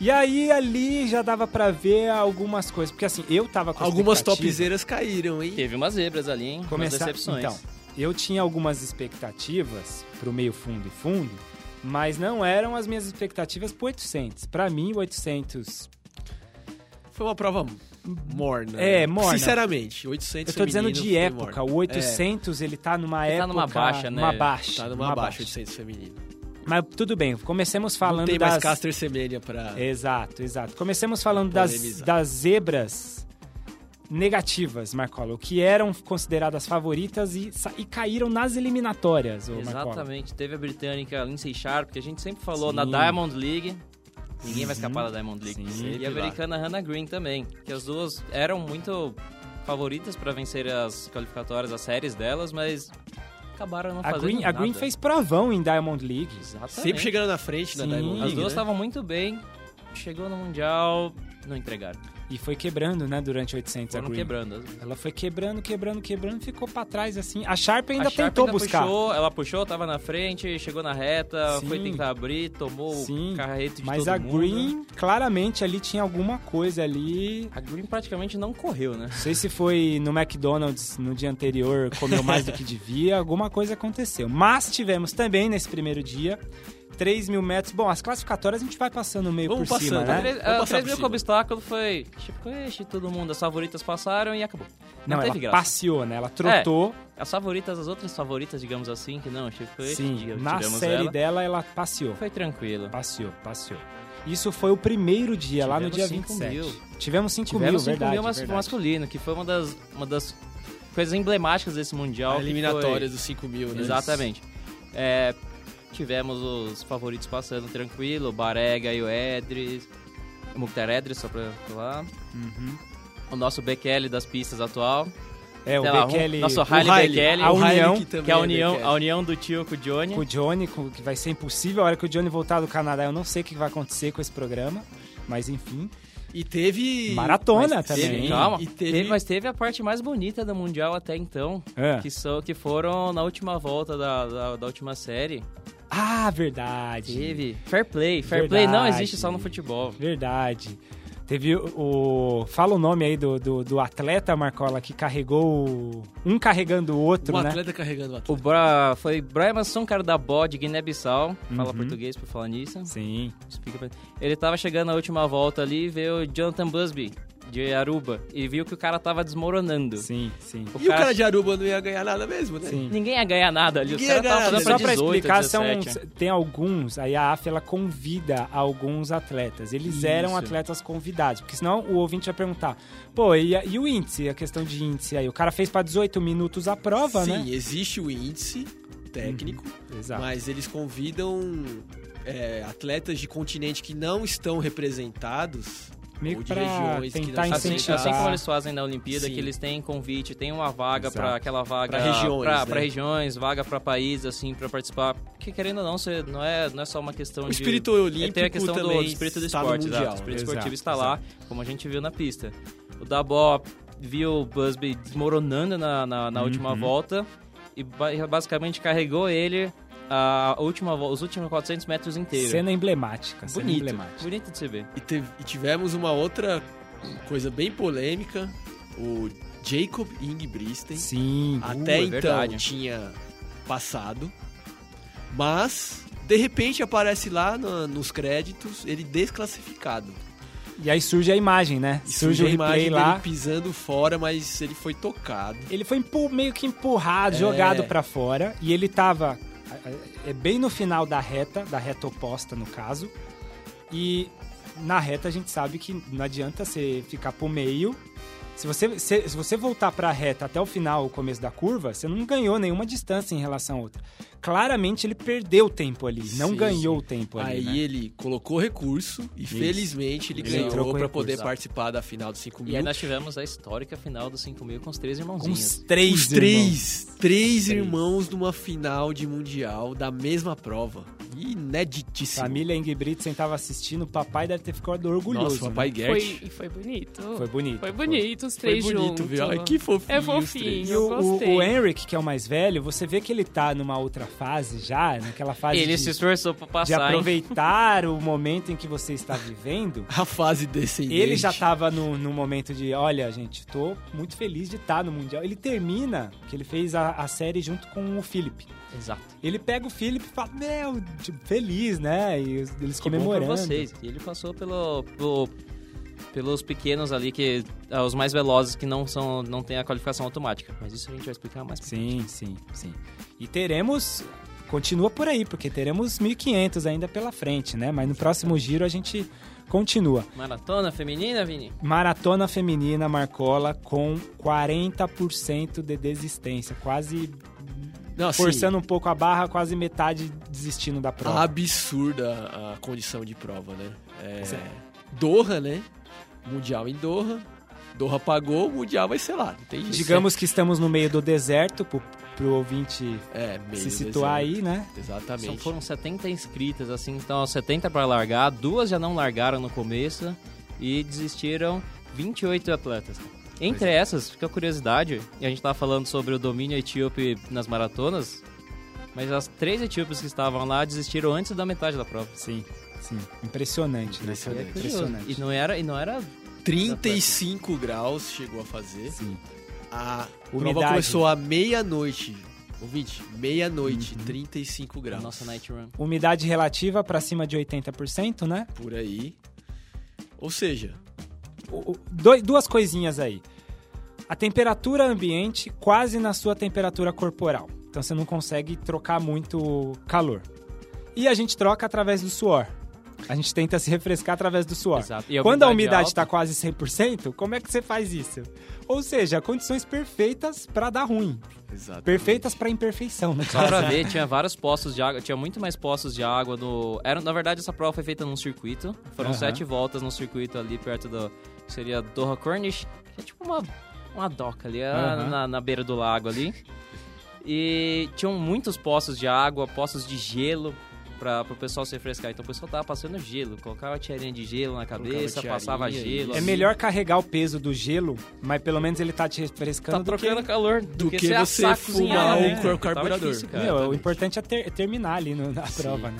Speaker 1: E aí, ali já dava pra ver algumas coisas. Porque assim, eu tava com a
Speaker 2: Algumas
Speaker 1: expectativa-
Speaker 2: topzeiras caíram, hein?
Speaker 4: Teve umas zebras ali, hein?
Speaker 1: começar
Speaker 4: Umas decepções.
Speaker 1: Então, eu tinha algumas expectativas pro meio fundo e fundo, mas não eram as minhas expectativas pro 800. Pra mim, o 800
Speaker 2: Foi uma prova morna.
Speaker 1: É,
Speaker 2: né?
Speaker 1: morna.
Speaker 2: Sinceramente, 800
Speaker 1: Eu tô dizendo
Speaker 2: feminino
Speaker 1: de
Speaker 2: foi
Speaker 1: época,
Speaker 2: morna.
Speaker 1: o 800 ele tá numa
Speaker 4: Ele
Speaker 1: época.
Speaker 4: tá numa baixa, né?
Speaker 1: Uma baixa.
Speaker 2: Tá numa
Speaker 1: uma
Speaker 2: baixa, 800 feminino.
Speaker 1: Mas tudo bem, comecemos falando
Speaker 2: Não tem
Speaker 1: das.
Speaker 2: mais Caster Semelha pra...
Speaker 1: Exato, exato. Comecemos falando das,
Speaker 2: Polemizar.
Speaker 1: das zebras negativas, Marcola, o que eram consideradas favoritas e, sa- e caíram nas eliminatórias, ô Marcola.
Speaker 4: Exatamente. Teve a britânica Lindsay Sharp, que a gente sempre falou
Speaker 1: Sim.
Speaker 4: na Diamond League. Ninguém vai escapar da Diamond League.
Speaker 1: Sim.
Speaker 4: E
Speaker 2: Sempre
Speaker 4: a
Speaker 2: lá.
Speaker 4: americana Hannah Green também, que as duas eram muito favoritas pra vencer as qualificatórias, as séries delas, mas acabaram não
Speaker 1: A
Speaker 4: fazendo
Speaker 1: Green, a
Speaker 4: nada.
Speaker 1: Green fez provão em Diamond League.
Speaker 4: Exatamente.
Speaker 2: Sempre chegando na frente na
Speaker 1: Sim.
Speaker 2: Diamond
Speaker 4: As
Speaker 2: League,
Speaker 4: duas
Speaker 2: né?
Speaker 4: estavam muito bem, chegou no Mundial, não entregaram.
Speaker 1: E foi quebrando, né, durante 800 a
Speaker 4: Foram
Speaker 1: Green.
Speaker 4: quebrando.
Speaker 1: Ela foi quebrando, quebrando, quebrando, ficou pra trás assim. A Sharp ainda
Speaker 4: A Sharp
Speaker 1: tentou
Speaker 4: ainda
Speaker 1: buscar.
Speaker 4: Puxou, ela puxou, tava na frente, chegou na reta,
Speaker 1: Sim.
Speaker 4: foi tentar abrir, tomou
Speaker 1: Sim,
Speaker 4: o carreto de
Speaker 1: Mas
Speaker 4: todo
Speaker 1: a
Speaker 4: mundo.
Speaker 1: Green, claramente, ali tinha alguma coisa ali.
Speaker 4: A Green praticamente não correu, né?
Speaker 1: Não sei se foi no McDonald's no dia anterior, comeu mais do
Speaker 4: *laughs*
Speaker 1: que devia, alguma coisa aconteceu. Mas tivemos também nesse primeiro dia 3 mil metros. Bom, as classificatórias a gente vai passando meio
Speaker 2: Vamos
Speaker 1: por cima,
Speaker 2: passando,
Speaker 1: né?
Speaker 2: né?
Speaker 4: Três-
Speaker 2: Vamos
Speaker 4: ah,
Speaker 2: passar
Speaker 4: três
Speaker 2: por
Speaker 4: mil
Speaker 2: cima.
Speaker 4: com obstáculo foi Chipquest, todo mundo. As favoritas passaram e acabou. Não,
Speaker 1: Não, ela
Speaker 4: teve graça. É,
Speaker 1: passeou, né? Ela trotou.
Speaker 4: As favoritas, as outras favoritas, digamos assim, que não, Chipquest,
Speaker 1: sim,
Speaker 4: digamos
Speaker 1: na
Speaker 4: digamos
Speaker 1: série
Speaker 4: ela,
Speaker 1: dela ela passeou.
Speaker 4: foi tranquilo.
Speaker 1: Passeou, passeou. Isso foi o primeiro dia, lá no dia
Speaker 4: Tivemos cinco
Speaker 1: 27.
Speaker 4: mil.
Speaker 1: Tivemos 5 mil,
Speaker 4: Tivemos 5
Speaker 1: verdade.
Speaker 4: mil mas
Speaker 1: verdade.
Speaker 4: masculino, que foi uma das, uma das coisas emblemáticas desse
Speaker 2: A
Speaker 4: Mundial. que foi-
Speaker 2: eliminatória dos 5 mil, né?
Speaker 4: Exatamente. É, tivemos os favoritos passando tranquilo, o Barega e o Edris. O Mukhtar Edris, só pra falar.
Speaker 1: Uhum.
Speaker 4: O nosso Bekele das pistas atual.
Speaker 1: É, o
Speaker 4: Sei lá,
Speaker 1: Bekele
Speaker 4: um- nosso
Speaker 1: o
Speaker 4: Riley
Speaker 2: Riley,
Speaker 4: Bekele.
Speaker 1: a
Speaker 2: o Riley
Speaker 1: união,
Speaker 2: que, também
Speaker 4: Que é a
Speaker 2: é
Speaker 4: união,
Speaker 2: Bekele.
Speaker 4: a união do tio com o Johnny.
Speaker 1: com o Johnny, com- que vai ser impossível. A hora que o Johnny voltar do Canadá, eu não sei o que vai acontecer com esse programa. Mas enfim.
Speaker 2: E teve...
Speaker 1: Maratona
Speaker 2: mas
Speaker 1: também.
Speaker 2: teve-
Speaker 4: Calma.
Speaker 2: E
Speaker 4: Teve-
Speaker 2: teve...
Speaker 4: mas teve a parte mais bonita do Mundial até então,
Speaker 1: Ah,
Speaker 4: que, são, que foram na última volta da, da, da última série.
Speaker 1: Ah, verdade.
Speaker 4: Teve fair play. Fair play não
Speaker 1: Verdade.
Speaker 4: existe só no futebol.
Speaker 1: Verdade. Teve o. o- Fala o nome aí do, do, do atleta, Marcola, que carregou. o- Um carregando o outro,
Speaker 2: Um
Speaker 1: né?
Speaker 2: atleta carregando o atleta.
Speaker 4: O Bra... Foi Brian cara da Bó de Guiné-Bissau. Fala
Speaker 1: Uhum.
Speaker 4: português por falar nisso.
Speaker 1: Sim.
Speaker 4: Explica pra- Ele tava chegando na última volta ali e vê o Jonathan Busby de Aruba e viu que o cara tava desmoronando.
Speaker 1: Sim, sim.
Speaker 2: E o cara de Aruba não ia ganhar nada mesmo, né?
Speaker 1: Sim.
Speaker 4: Ninguém ia ganhar nada ali.
Speaker 2: Ninguém
Speaker 4: Os
Speaker 2: ia
Speaker 4: caras
Speaker 2: ganhar
Speaker 4: estavam
Speaker 2: nada.
Speaker 4: dando pra
Speaker 1: Só pra
Speaker 4: 18,
Speaker 1: explicar,
Speaker 4: 17.
Speaker 1: são, tem alguns, aí a AF ela convida alguns atletas. Eles
Speaker 4: Isso.
Speaker 1: eram atletas convidados, porque senão o ouvinte vai perguntar: pô, e, a- e o índice? A questão de índice aí? O cara fez pra 18 minutos a prova,
Speaker 2: Sim,
Speaker 1: né?
Speaker 2: existe o índice técnico,
Speaker 4: Uhum. Tá.
Speaker 1: Exato.
Speaker 2: mas eles convidam é, atletas de continente que não estão representados.
Speaker 1: Meio
Speaker 2: ou
Speaker 1: que
Speaker 2: de
Speaker 1: pra
Speaker 2: regiões que não
Speaker 1: tentar
Speaker 2: sabem
Speaker 4: Assim,
Speaker 1: incentivar.
Speaker 4: assim
Speaker 2: é
Speaker 4: como eles fazem na Olimpíada,
Speaker 2: Ah. Sim.
Speaker 4: que eles têm convite, tem uma vaga
Speaker 1: Exato.
Speaker 4: pra aquela vaga.
Speaker 2: Pra regiões,
Speaker 4: Pra,
Speaker 2: né?
Speaker 4: pra regiões, vaga pra país, assim, pra participar. Porque querendo ou não, você não é, não é só uma questão
Speaker 2: O
Speaker 4: de.
Speaker 2: espírito olímpico
Speaker 4: É, tem a questão do,
Speaker 2: também
Speaker 4: do espírito do
Speaker 2: está no
Speaker 4: esporte, exato.
Speaker 2: mundial.
Speaker 4: O espírito
Speaker 1: Exato,
Speaker 4: esportivo está lá, como a gente viu na pista. O Dabó viu o Busby desmoronando na, na, na última
Speaker 1: Uhum.
Speaker 4: volta e ba- basicamente carregou ele a última, vo- os últimos 400 metros inteiros.
Speaker 1: Cena emblemática, cena
Speaker 4: Bonito,
Speaker 1: emblemática.
Speaker 4: bonito de se ver.
Speaker 2: E, teve- e tivemos uma outra coisa bem polêmica, o Jacob Ingebrigtsen.
Speaker 1: Sim, uh,
Speaker 2: Até
Speaker 4: é
Speaker 2: então
Speaker 4: verdade.
Speaker 2: tinha passado, mas de repente aparece lá na- nos créditos ele desclassificado.
Speaker 1: e aí surge a imagem, né?
Speaker 2: E
Speaker 1: Surge, o
Speaker 2: a
Speaker 1: replay
Speaker 2: imagem
Speaker 1: lá.
Speaker 2: dele pisando fora, mas ele foi tocado.
Speaker 1: Ele foi empu- meio que empurrado,
Speaker 2: É.
Speaker 1: jogado pra fora. E ele tava é, é, bem no final da reta, da reta oposta, no caso. E na reta a gente sabe que não adianta você ficar pro meio Se você, se, se você voltar para a reta até o final, o começo da curva, você não ganhou nenhuma distância em relação a outra. Claramente ele perdeu tempo ali, não
Speaker 2: Sim,
Speaker 1: ganhou tempo ali.
Speaker 2: Aí é
Speaker 1: né?
Speaker 2: ele colocou recurso e felizmente ele,
Speaker 1: Ele entrou
Speaker 2: ganhou
Speaker 1: com
Speaker 2: pra
Speaker 1: recurso,
Speaker 2: poder
Speaker 1: ó.
Speaker 2: participar da final dos 5
Speaker 4: E é
Speaker 2: mil.
Speaker 4: aí nós tivemos a histórica final dos 5 mil com os três
Speaker 1: Com os
Speaker 4: irmãozinhos.
Speaker 1: três,
Speaker 2: Os três, três
Speaker 1: Três.
Speaker 2: irmãos numa final de mundial da mesma prova. Ineditíssimo.
Speaker 1: Família Ingebrigtsen estava assistindo, o papai deve ter ficado é orgulhoso.
Speaker 2: Nossa, o papai
Speaker 3: Foi,
Speaker 2: Gert.
Speaker 3: e foi bonito.
Speaker 1: né? Foi bonito.
Speaker 3: Foi bonito, os três
Speaker 2: Foi bonito,
Speaker 3: juntos.
Speaker 2: viu? Ai, que fofinho.
Speaker 3: É
Speaker 2: os
Speaker 3: fofinho.
Speaker 2: três.
Speaker 1: E o, o,
Speaker 3: gostei.
Speaker 1: o Henrik, que é o mais velho, você vê que ele tá numa outra fase já, naquela fase
Speaker 4: Ele
Speaker 1: de,
Speaker 4: se esforçou pra
Speaker 1: de
Speaker 4: passar, hein?
Speaker 1: aproveitar o momento em que você está vivendo.
Speaker 2: A fase descendente.
Speaker 1: Ele já tá tava no, no momento de, olha, gente, tô muito feliz de estar no Mundial. Ele termina, que ele fez a, a série junto com o Philip.
Speaker 4: Exato.
Speaker 1: Ele pega o Philip e fala, meu, tipo, feliz, né? E os- eles
Speaker 4: Que bom pra
Speaker 1: comemorando.
Speaker 4: vocês. E ele passou pelo, pelo- pelos pequenos ali, que ah, os mais velozes que não, são, não tem a qualificação automática. Mas isso a gente vai explicar mais. pra frente.
Speaker 1: Sim, sim, sim. E teremos. Continua por aí, porque teremos 1.500 ainda pela frente, né? Mas no próximo giro a gente continua.
Speaker 4: Maratona feminina, Vini?
Speaker 1: Maratona feminina Marcola com 40% de desistência, quase
Speaker 2: Não, assim,
Speaker 1: forçando um pouco a barra, quase metade desistindo da
Speaker 2: Ah,
Speaker 1: prova.
Speaker 2: absurda a condição de prova, né? É,
Speaker 1: Sim.
Speaker 2: Doha, né? Mundial em Doha. Doha pagou, o Mundial vai ser lá. Não tem jeito.
Speaker 1: Digamos que estamos no meio do deserto, pro, pro ouvinte
Speaker 2: É, meio
Speaker 1: se situar aí, né?
Speaker 2: aí. Exatamente.
Speaker 4: São, foram 70 inscritas, assim, então 70 para largar, duas já não largaram no começo e desistiram 28 atletas. Entre
Speaker 1: é.
Speaker 4: essas, fica a curiosidade, e a gente tava falando sobre o domínio etíope nas maratonas, mas as três etíopes que estavam lá desistiram antes da metade da prova.
Speaker 1: Sim, sim. Impressionante, né?
Speaker 4: E é
Speaker 2: Impressionante.
Speaker 4: curioso.
Speaker 1: Impressionante.
Speaker 4: E não era, e não era
Speaker 2: 35 graus chegou a fazer.
Speaker 1: Sim.
Speaker 2: A prova
Speaker 1: Umidade.
Speaker 2: começou à meia-noite. Ouvinte, meia-noite,
Speaker 1: Uhum.
Speaker 2: 35
Speaker 4: a
Speaker 2: graus.
Speaker 4: nossa night run.
Speaker 1: Umidade relativa para cima de 80%, né?
Speaker 2: Por aí. Ou seja,
Speaker 1: O- o- doi- duas coisinhas aí. A temperatura ambiente quase na sua temperatura corporal. Então você não consegue trocar muito calor. E a gente troca através do suor. A gente tenta se refrescar através do suor.
Speaker 4: Exato. E
Speaker 1: Quando a umidade tá
Speaker 4: alta-
Speaker 1: está quase 100%, como é que você faz isso? Ou seja, condições perfeitas para dar ruim.
Speaker 2: exatamente.
Speaker 1: Perfeitas para imperfeição, né?
Speaker 4: Só pra ver, tinha vários poços de água, tinha muito mais poços de água no. Era, na verdade, essa prova foi feita num circuito. Foram
Speaker 1: Aham.
Speaker 4: sete voltas no circuito ali perto do. que seria Doha Cornish, que é tipo uma, uma doca ali, é
Speaker 1: Aham.
Speaker 4: na, na beira do lago ali. E tinham muitos poços de água, poços de gelo. Pra, pro pessoal se refrescar. Então o pessoal tava passando gelo, colocava tiarinha de gelo na cabeça,
Speaker 2: tiarinha,
Speaker 4: passava
Speaker 2: isso.
Speaker 4: gelo.
Speaker 1: É
Speaker 4: assim.
Speaker 1: melhor carregar o peso do gelo, mas pelo menos ele tá te
Speaker 4: Tá
Speaker 1: refrescando do que...
Speaker 4: trocando calor
Speaker 2: do que
Speaker 4: você
Speaker 2: você
Speaker 4: assar
Speaker 2: fumar
Speaker 4: cozinhado,
Speaker 1: um
Speaker 4: né?
Speaker 2: cor-
Speaker 4: Tava
Speaker 2: carburador.
Speaker 4: difícil, cara. tá
Speaker 1: Meu, o
Speaker 2: exatamente.
Speaker 1: importante é, ter- é terminar ali no- na
Speaker 2: Sim.
Speaker 1: prova, né?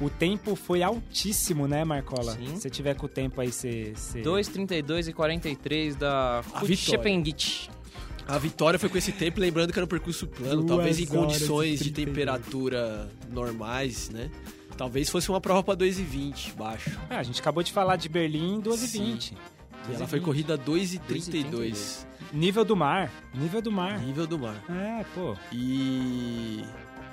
Speaker 1: O tempo foi altíssimo, né, Marcola?
Speaker 4: Sim.
Speaker 1: Se tiver com o tempo aí, você...
Speaker 4: 2,32 e 43 da
Speaker 2: A
Speaker 4: Futschepengit.
Speaker 2: A vitória foi com esse tempo, lembrando que era um percurso plano,
Speaker 1: Duas
Speaker 2: talvez em
Speaker 1: horas e
Speaker 2: condições de
Speaker 1: 32.
Speaker 2: temperatura normais, né? Talvez fosse uma prova pra 2,20 baixo.
Speaker 1: Ah, a gente acabou de falar de Berlim em 2h20.
Speaker 2: E ela foi
Speaker 4: 2,20.
Speaker 2: corrida 2,32.
Speaker 1: Nível do mar. Nível do mar.
Speaker 2: Nível do mar.
Speaker 1: É, pô.
Speaker 2: E.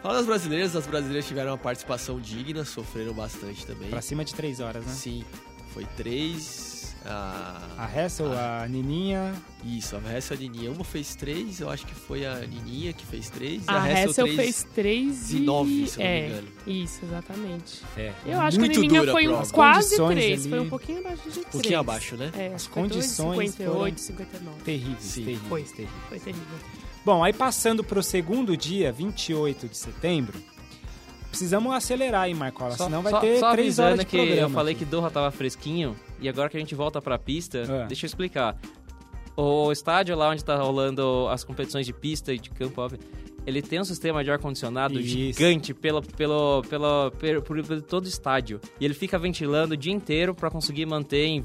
Speaker 2: Falando das brasileiras, as brasileiras tiveram uma participação digna, sofreram bastante também.
Speaker 1: Pra cima de 3 horas, né?
Speaker 2: Sim, foi três.
Speaker 1: A
Speaker 2: A...
Speaker 1: Hessel,
Speaker 4: Ah.
Speaker 1: a Nininha...
Speaker 2: Isso, a Hessel e a Nininha. Uma fez três, eu acho que foi a Nininha que fez três. e
Speaker 3: A
Speaker 2: a Hessel,
Speaker 3: Hessel
Speaker 2: é três
Speaker 3: fez 3
Speaker 2: e nove, se eu não me
Speaker 3: é,
Speaker 2: engano.
Speaker 3: Isso, exatamente.
Speaker 1: É.
Speaker 3: Eu acho
Speaker 2: Muito
Speaker 3: que a Nininha
Speaker 2: dura a
Speaker 3: foi
Speaker 2: prova.
Speaker 3: um quase
Speaker 1: Condições
Speaker 3: 3,
Speaker 1: ali.
Speaker 3: foi um pouquinho abaixo de 3.
Speaker 2: Um pouquinho abaixo, né?
Speaker 3: É,
Speaker 1: As
Speaker 3: acho que foi dois e
Speaker 1: condições
Speaker 3: 58, 59.
Speaker 1: Terríveis,
Speaker 2: Sim.
Speaker 1: terríveis,
Speaker 3: Foi.
Speaker 1: terríveis.
Speaker 3: Foi terrível.
Speaker 1: Bom, aí passando pro segundo dia, 28 de setembro, precisamos acelerar aí, Marcola, senão vai ter
Speaker 4: só
Speaker 1: 3 horas
Speaker 4: avisando
Speaker 1: de
Speaker 4: que
Speaker 1: programa.
Speaker 4: eu falei
Speaker 1: aqui.
Speaker 4: que Doha tava fresquinho e agora que a gente volta pra pista,
Speaker 1: É.
Speaker 4: deixa eu explicar. O estádio lá onde tá rolando as competições de pista e de campo, óbvio, ele tem um sistema de ar-condicionado
Speaker 1: Isso.
Speaker 4: gigante pelo, pelo, pelo, per- por, por todo o estádio. E ele fica ventilando o dia inteiro pra conseguir manter em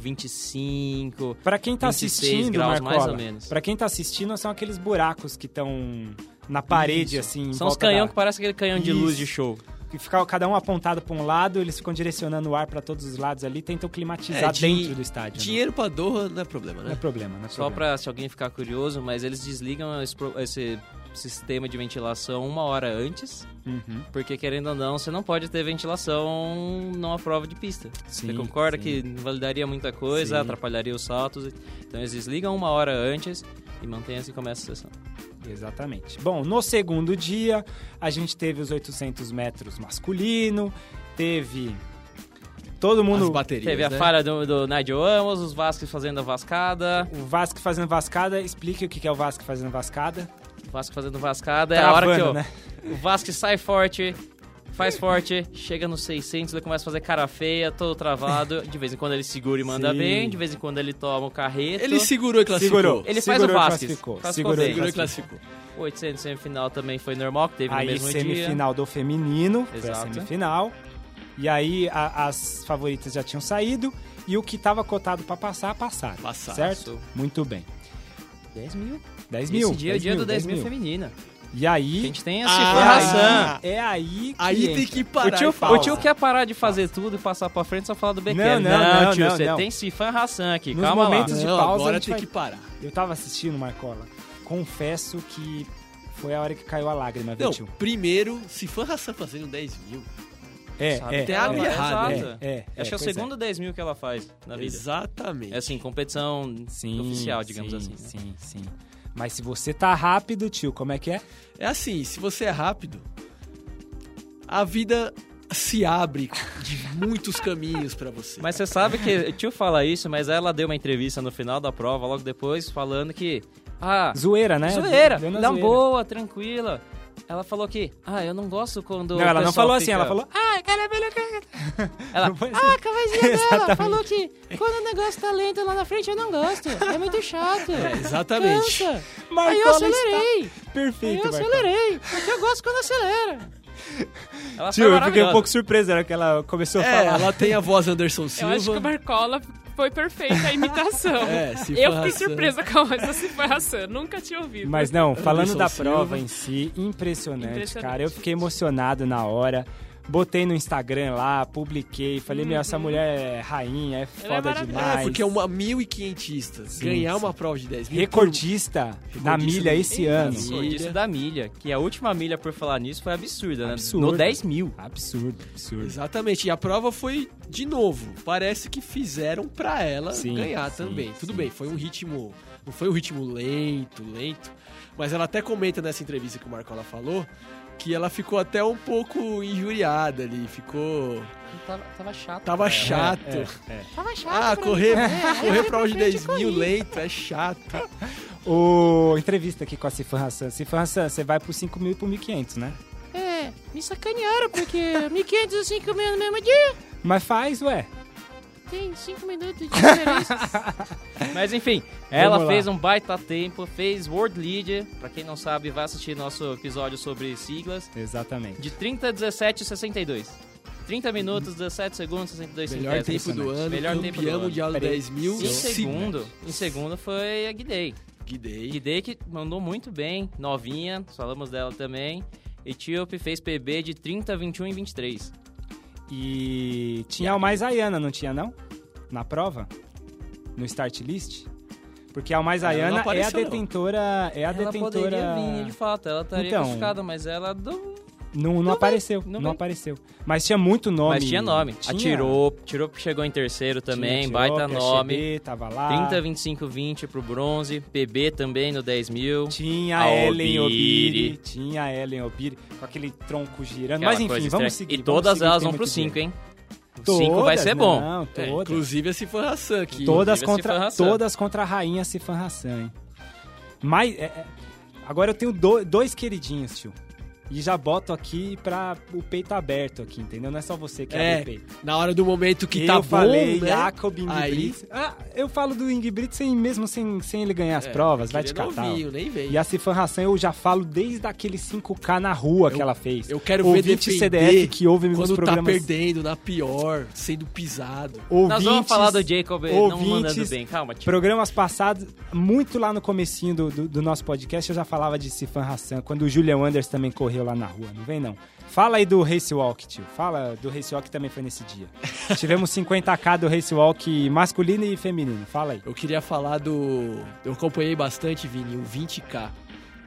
Speaker 4: 25.
Speaker 1: Pra quem tá
Speaker 4: 26
Speaker 1: assistindo,
Speaker 4: graus,
Speaker 1: Marcola,
Speaker 4: mais ou menos.
Speaker 1: pra quem tá assistindo, são aqueles buracos que estão na parede,
Speaker 4: Isso.
Speaker 1: assim. em
Speaker 4: São os
Speaker 1: volta
Speaker 4: canhão
Speaker 1: da-
Speaker 4: que parece aquele canhão de luz
Speaker 1: Isso.
Speaker 4: de show.
Speaker 1: que fica cada um apontado pra um lado, eles ficam direcionando o ar pra todos os lados ali, tentam climatizar
Speaker 2: É, dinhe-
Speaker 1: dentro do estádio. né?
Speaker 2: Dinheiro pra Doha não é problema,
Speaker 1: Não é
Speaker 2: né?
Speaker 1: problema, não é
Speaker 4: Só
Speaker 1: problema.
Speaker 4: pra se alguém ficar curioso, mas eles desligam esse, pro- esse sistema de ventilação uma hora antes,
Speaker 1: Uhum.
Speaker 4: porque querendo ou não, você não pode ter ventilação numa prova de pista.
Speaker 1: Sim,
Speaker 4: você concorda
Speaker 1: sim.
Speaker 4: que invalidaria muita coisa,
Speaker 1: Sim.
Speaker 4: atrapalharia os saltos. Então eles desligam uma hora antes e mantenha-se e começa a sessão.
Speaker 1: Exatamente. Bom, no segundo dia, a gente teve os 800 metros masculino, teve todo
Speaker 2: As
Speaker 1: mundo...
Speaker 2: baterias,
Speaker 4: Teve a
Speaker 2: né?
Speaker 4: falha do, do Nigel Amos, os Vasques fazendo a vascada.
Speaker 1: O Vasco fazendo vascada, explique o que que é o Vasco fazendo vascada.
Speaker 4: O Vasco fazendo vascada. é a hora que
Speaker 1: Travando,
Speaker 4: o,
Speaker 1: né?
Speaker 4: o Vasco sai forte, faz forte, chega nos 600, ele começa a fazer cara feia, todo travado. De vez em quando ele segura e manda
Speaker 1: Sim.
Speaker 4: bem, de vez em quando ele toma o carreto.
Speaker 2: Ele segurou e classificou.
Speaker 1: Segurou.
Speaker 4: Ele faz o
Speaker 1: Segurou e
Speaker 4: Vasquez.
Speaker 1: classificou.
Speaker 4: Classificou
Speaker 1: Segurou e
Speaker 4: bem.
Speaker 2: Segurou e classificou.
Speaker 4: 800 semifinal também foi normal, que teve no
Speaker 1: Aí
Speaker 4: mesmo dia.
Speaker 1: semifinal do feminino, foi a
Speaker 4: Exato.
Speaker 1: semifinal. E aí a- as favoritas já tinham saído e o que estava cotado para passar, passaram.
Speaker 2: Passaram.
Speaker 1: Certo? Muito bem.
Speaker 4: 10 mil.
Speaker 1: 10
Speaker 4: Esse
Speaker 1: mil.
Speaker 4: dia é o
Speaker 1: 10
Speaker 4: dia
Speaker 1: mil,
Speaker 4: do 10 mil,
Speaker 1: 10 mil.
Speaker 4: feminina.
Speaker 1: E
Speaker 4: A
Speaker 1: aí...
Speaker 4: gente tem
Speaker 2: Ah!
Speaker 4: essa
Speaker 1: é
Speaker 4: informação.
Speaker 1: aí- É aí que
Speaker 2: Aí tem
Speaker 1: entra.
Speaker 2: que parar
Speaker 1: O tio,
Speaker 2: e
Speaker 1: fala.
Speaker 4: O tio quer parar de fazer tudo e passar pra frente e só falar do Becker.
Speaker 1: Não, não, não,
Speaker 4: tio,
Speaker 1: não,
Speaker 4: você
Speaker 1: não.
Speaker 4: tem Sifan Hassan aqui,
Speaker 1: Nos
Speaker 4: calma lá.
Speaker 1: momentos- Antes de
Speaker 2: Não,
Speaker 1: pausa, a
Speaker 2: agora
Speaker 1: gente
Speaker 2: tem
Speaker 1: vai-
Speaker 2: que parar.
Speaker 1: Eu tava assistindo, Marcola. Confesso que foi a hora que caiu a lágrima, viu,
Speaker 2: Não,
Speaker 1: tio?
Speaker 2: primeiro, se for Hassan fazendo 10 mil,
Speaker 1: É,
Speaker 4: sabe,
Speaker 1: é,
Speaker 2: tem
Speaker 1: é,
Speaker 2: algo
Speaker 1: é,
Speaker 2: errado.
Speaker 1: É, é,
Speaker 4: Acho que é o
Speaker 1: pois
Speaker 4: segundo 10 mil que ela faz na vida.
Speaker 2: exatamente.
Speaker 4: É assim, competição
Speaker 1: Sim,
Speaker 4: oficial, digamos
Speaker 1: sim,
Speaker 4: assim. né?
Speaker 1: Sim, sim. Mas se você tá rápido, tio, como é que é?
Speaker 2: É assim, se você é rápido, a vida se abre de muitos caminhos pra você.
Speaker 4: Mas você sabe que o tio fala isso, mas ela deu uma entrevista no final da prova, logo depois, falando que. Ah,
Speaker 1: Zoeira, né?
Speaker 4: zoeira!
Speaker 1: Deu na
Speaker 4: Dá uma
Speaker 1: zoeira.
Speaker 4: boa, tranquila. Ela falou que, ah, eu não gosto quando.
Speaker 1: Não,
Speaker 4: o
Speaker 1: ela não
Speaker 4: pessoal
Speaker 1: falou assim,
Speaker 4: fica-
Speaker 1: ela falou.
Speaker 5: Ai, cara, velho, cara.
Speaker 4: Ela,
Speaker 1: Não foi assim. *laughs*
Speaker 5: Ah, a
Speaker 4: *laughs*
Speaker 5: vozinha dela
Speaker 1: Exatamente.
Speaker 5: falou que quando o negócio tá lento lá na frente eu não gosto. É muito chato.
Speaker 2: Exatamente.
Speaker 5: Cansa. Aí eu
Speaker 1: Marcola está
Speaker 5: acelerei. Aí
Speaker 1: perfeito,
Speaker 5: eu
Speaker 1: Marcola.
Speaker 5: acelerei. Porque eu gosto quando acelera.
Speaker 1: Tio, eu
Speaker 4: ela foi
Speaker 1: fiquei um
Speaker 4: maravilhosa.
Speaker 1: pouco surpreso na hora que ela começou a
Speaker 2: É,
Speaker 1: falar.
Speaker 2: ela tem a voz Anderson
Speaker 3: Eu
Speaker 2: Silva.
Speaker 3: acho que é o Marcola foi perfeita a imitação.
Speaker 2: *laughs* É, se
Speaker 3: eu
Speaker 2: for
Speaker 3: fiquei
Speaker 2: Hassan.
Speaker 3: surpresa com essa Sifan Hassan. Nunca tinha ouvido.
Speaker 1: Mas não, falando
Speaker 2: Anderson
Speaker 1: da
Speaker 2: Silva.
Speaker 1: prova em si, impressionante,
Speaker 3: Impressionante.
Speaker 1: cara. Eu fiquei emocionado na hora. Botei no Instagram lá, publiquei, falei, meu, essa mulher é rainha, é foda
Speaker 3: maravilhosa.
Speaker 1: demais.
Speaker 2: É, porque é uma 1.500.
Speaker 1: Sim,
Speaker 2: Ganhar
Speaker 1: sim.
Speaker 2: uma prova de 10 mil. é
Speaker 1: Recordista, na
Speaker 2: Recordista
Speaker 1: milha
Speaker 2: do-
Speaker 1: esse
Speaker 2: Eita,
Speaker 1: ano.
Speaker 2: sim.
Speaker 4: Recordista
Speaker 2: Milha.
Speaker 4: da milha, que é a última milha, por falar nisso, foi absurda, né?
Speaker 1: Absurdo.
Speaker 4: No 10 mil.
Speaker 1: Absurdo, absurdo.
Speaker 2: Exatamente. E a prova foi, de novo, parece que fizeram pra ela
Speaker 1: Sim,
Speaker 2: ganhar
Speaker 1: sim,
Speaker 2: também. Tudo
Speaker 1: sim,
Speaker 2: bem, foi um ritmo. Não foi um ritmo lento, lento. Mas ela até comenta nessa entrevista que o Marcola falou que ela ficou até um pouco injuriada ali. Ficou.
Speaker 4: Tava, tava chato.
Speaker 1: É,
Speaker 2: Tava chato.
Speaker 5: Tava chato.
Speaker 2: Ah,
Speaker 5: pra mim.
Speaker 2: correr,
Speaker 5: É, aí eu
Speaker 2: correr
Speaker 5: fui
Speaker 2: pra onde
Speaker 5: pra frente
Speaker 2: 10
Speaker 5: e
Speaker 2: mil
Speaker 5: corri.
Speaker 2: lento é chato.
Speaker 1: O entrevista aqui com a Sifan Hassan. Sifan Hassan, você vai pro 5 mil e pro 1.500, né?
Speaker 5: É, me sacanearam porque 1.500 e
Speaker 3: assim,
Speaker 5: 5 mil no mesmo dia.
Speaker 1: Mas faz, ué.
Speaker 5: Tem 5 minutos de diferença.
Speaker 2: *laughs*
Speaker 4: Mas enfim, ela
Speaker 1: lá.
Speaker 4: fez um baita tempo, fez World Lead. Pra quem não sabe, vai assistir nosso episódio sobre siglas.
Speaker 1: Exatamente.
Speaker 4: De 30 a 17 e 62. 30 minutos, 17 segundos, 62
Speaker 1: é
Speaker 2: Melhor
Speaker 4: centésimos.
Speaker 2: tempo do ano,
Speaker 4: Melhor tempo do
Speaker 2: campeão
Speaker 4: ano.
Speaker 2: mundial do
Speaker 1: Peraí. é
Speaker 2: 10 mil.
Speaker 4: Em segundo, em segundo foi a Guidei.
Speaker 2: Guidei.
Speaker 4: Guidei que mandou muito bem, novinha, falamos dela também. Etíope fez PB de 30, 21 e 23.
Speaker 1: E tinha mais Ayana, não tinha não? Na prova? No start list? Porque a mais
Speaker 2: Ela não
Speaker 1: Ayana é a
Speaker 2: apareceu, não.
Speaker 1: detentora, é a
Speaker 4: ela
Speaker 1: detentora
Speaker 4: poderia vir, de fato, ela estaria
Speaker 1: Então,
Speaker 4: classificada, mas ela do...
Speaker 1: não, não, apareceu,
Speaker 4: não
Speaker 1: não,
Speaker 4: vem.
Speaker 1: apareceu. Mas tinha muito nome.
Speaker 4: mas tinha nome.
Speaker 1: Tinha.
Speaker 4: Atirou, tirou chegou em terceiro
Speaker 1: Tinha
Speaker 4: também,
Speaker 1: Tirop,
Speaker 4: baita
Speaker 1: a
Speaker 4: nome.
Speaker 1: CB tava lá.
Speaker 4: 30, 25, 20 pro bronze. PB também no 10 mil.
Speaker 1: Tinha
Speaker 4: A
Speaker 1: Ellen
Speaker 4: Obiri.
Speaker 1: Obiri, tinha Ellen Obiri com aquele tronco girando.
Speaker 4: Aquela
Speaker 1: Mas enfim,
Speaker 4: coisa
Speaker 1: vamos
Speaker 4: estranha.
Speaker 1: seguir.
Speaker 4: E
Speaker 1: vamos
Speaker 4: todas
Speaker 1: seguir,
Speaker 4: elas
Speaker 1: tem
Speaker 4: vão pro
Speaker 1: muito
Speaker 4: 5,
Speaker 1: dinho.
Speaker 4: hein? O 5 vai
Speaker 1: Todas,
Speaker 4: ser bom.
Speaker 1: Não,
Speaker 2: É,
Speaker 1: todas.
Speaker 2: inclusive esse foi Hassan aqui.
Speaker 1: Todas
Speaker 4: Inclusive, a Sifan
Speaker 1: contra,
Speaker 4: Hassan.
Speaker 1: todas contra a rainha Sifan Hassan, hein? Mas, é, é, agora eu tenho do- dois queridinhos, tio. E já boto aqui pra o peito aberto aqui, entendeu? Não é só você que abre
Speaker 2: É,
Speaker 1: o peito.
Speaker 2: na hora do momento que
Speaker 1: eu
Speaker 2: tá
Speaker 1: falei
Speaker 2: bom, né?
Speaker 1: Jacob
Speaker 2: Aí,
Speaker 1: Ingebrigt. Ah, eu falo do Ingebrigt sem, mesmo sem, sem ele ganhar as
Speaker 2: É,
Speaker 1: provas, vai
Speaker 2: ele
Speaker 1: te
Speaker 2: é
Speaker 1: catar. ó.
Speaker 2: novinho, nem veio.
Speaker 1: E a Sifan Hassan eu já falo desde aquele 5K na rua que
Speaker 2: Eu-
Speaker 1: ela fez.
Speaker 2: Eu quero
Speaker 1: Ouvinte
Speaker 2: ver defender
Speaker 1: CDF que ouve meus
Speaker 2: quando tá
Speaker 1: programas.
Speaker 2: perdendo, na pior, sendo pisado.
Speaker 4: Nós vamos
Speaker 1: Ouvintes-
Speaker 4: falar do Jacob eh, não
Speaker 1: ouvintes-
Speaker 4: mandando bem. Calma, tio.
Speaker 1: Programas passados, muito lá no comecinho do, do- do nosso podcast, eu já falava de Sifan Hassan, quando o Julian Anders também correu lá na rua, não vem não. Fala aí do Race Walk, tio. Fala do Race Walk que também foi nesse
Speaker 4: *laughs*
Speaker 1: dia. Tivemos 50k do Race Walk masculino e feminino. Fala aí.
Speaker 2: Eu queria falar do... Eu acompanhei bastante, Vini, o 20K.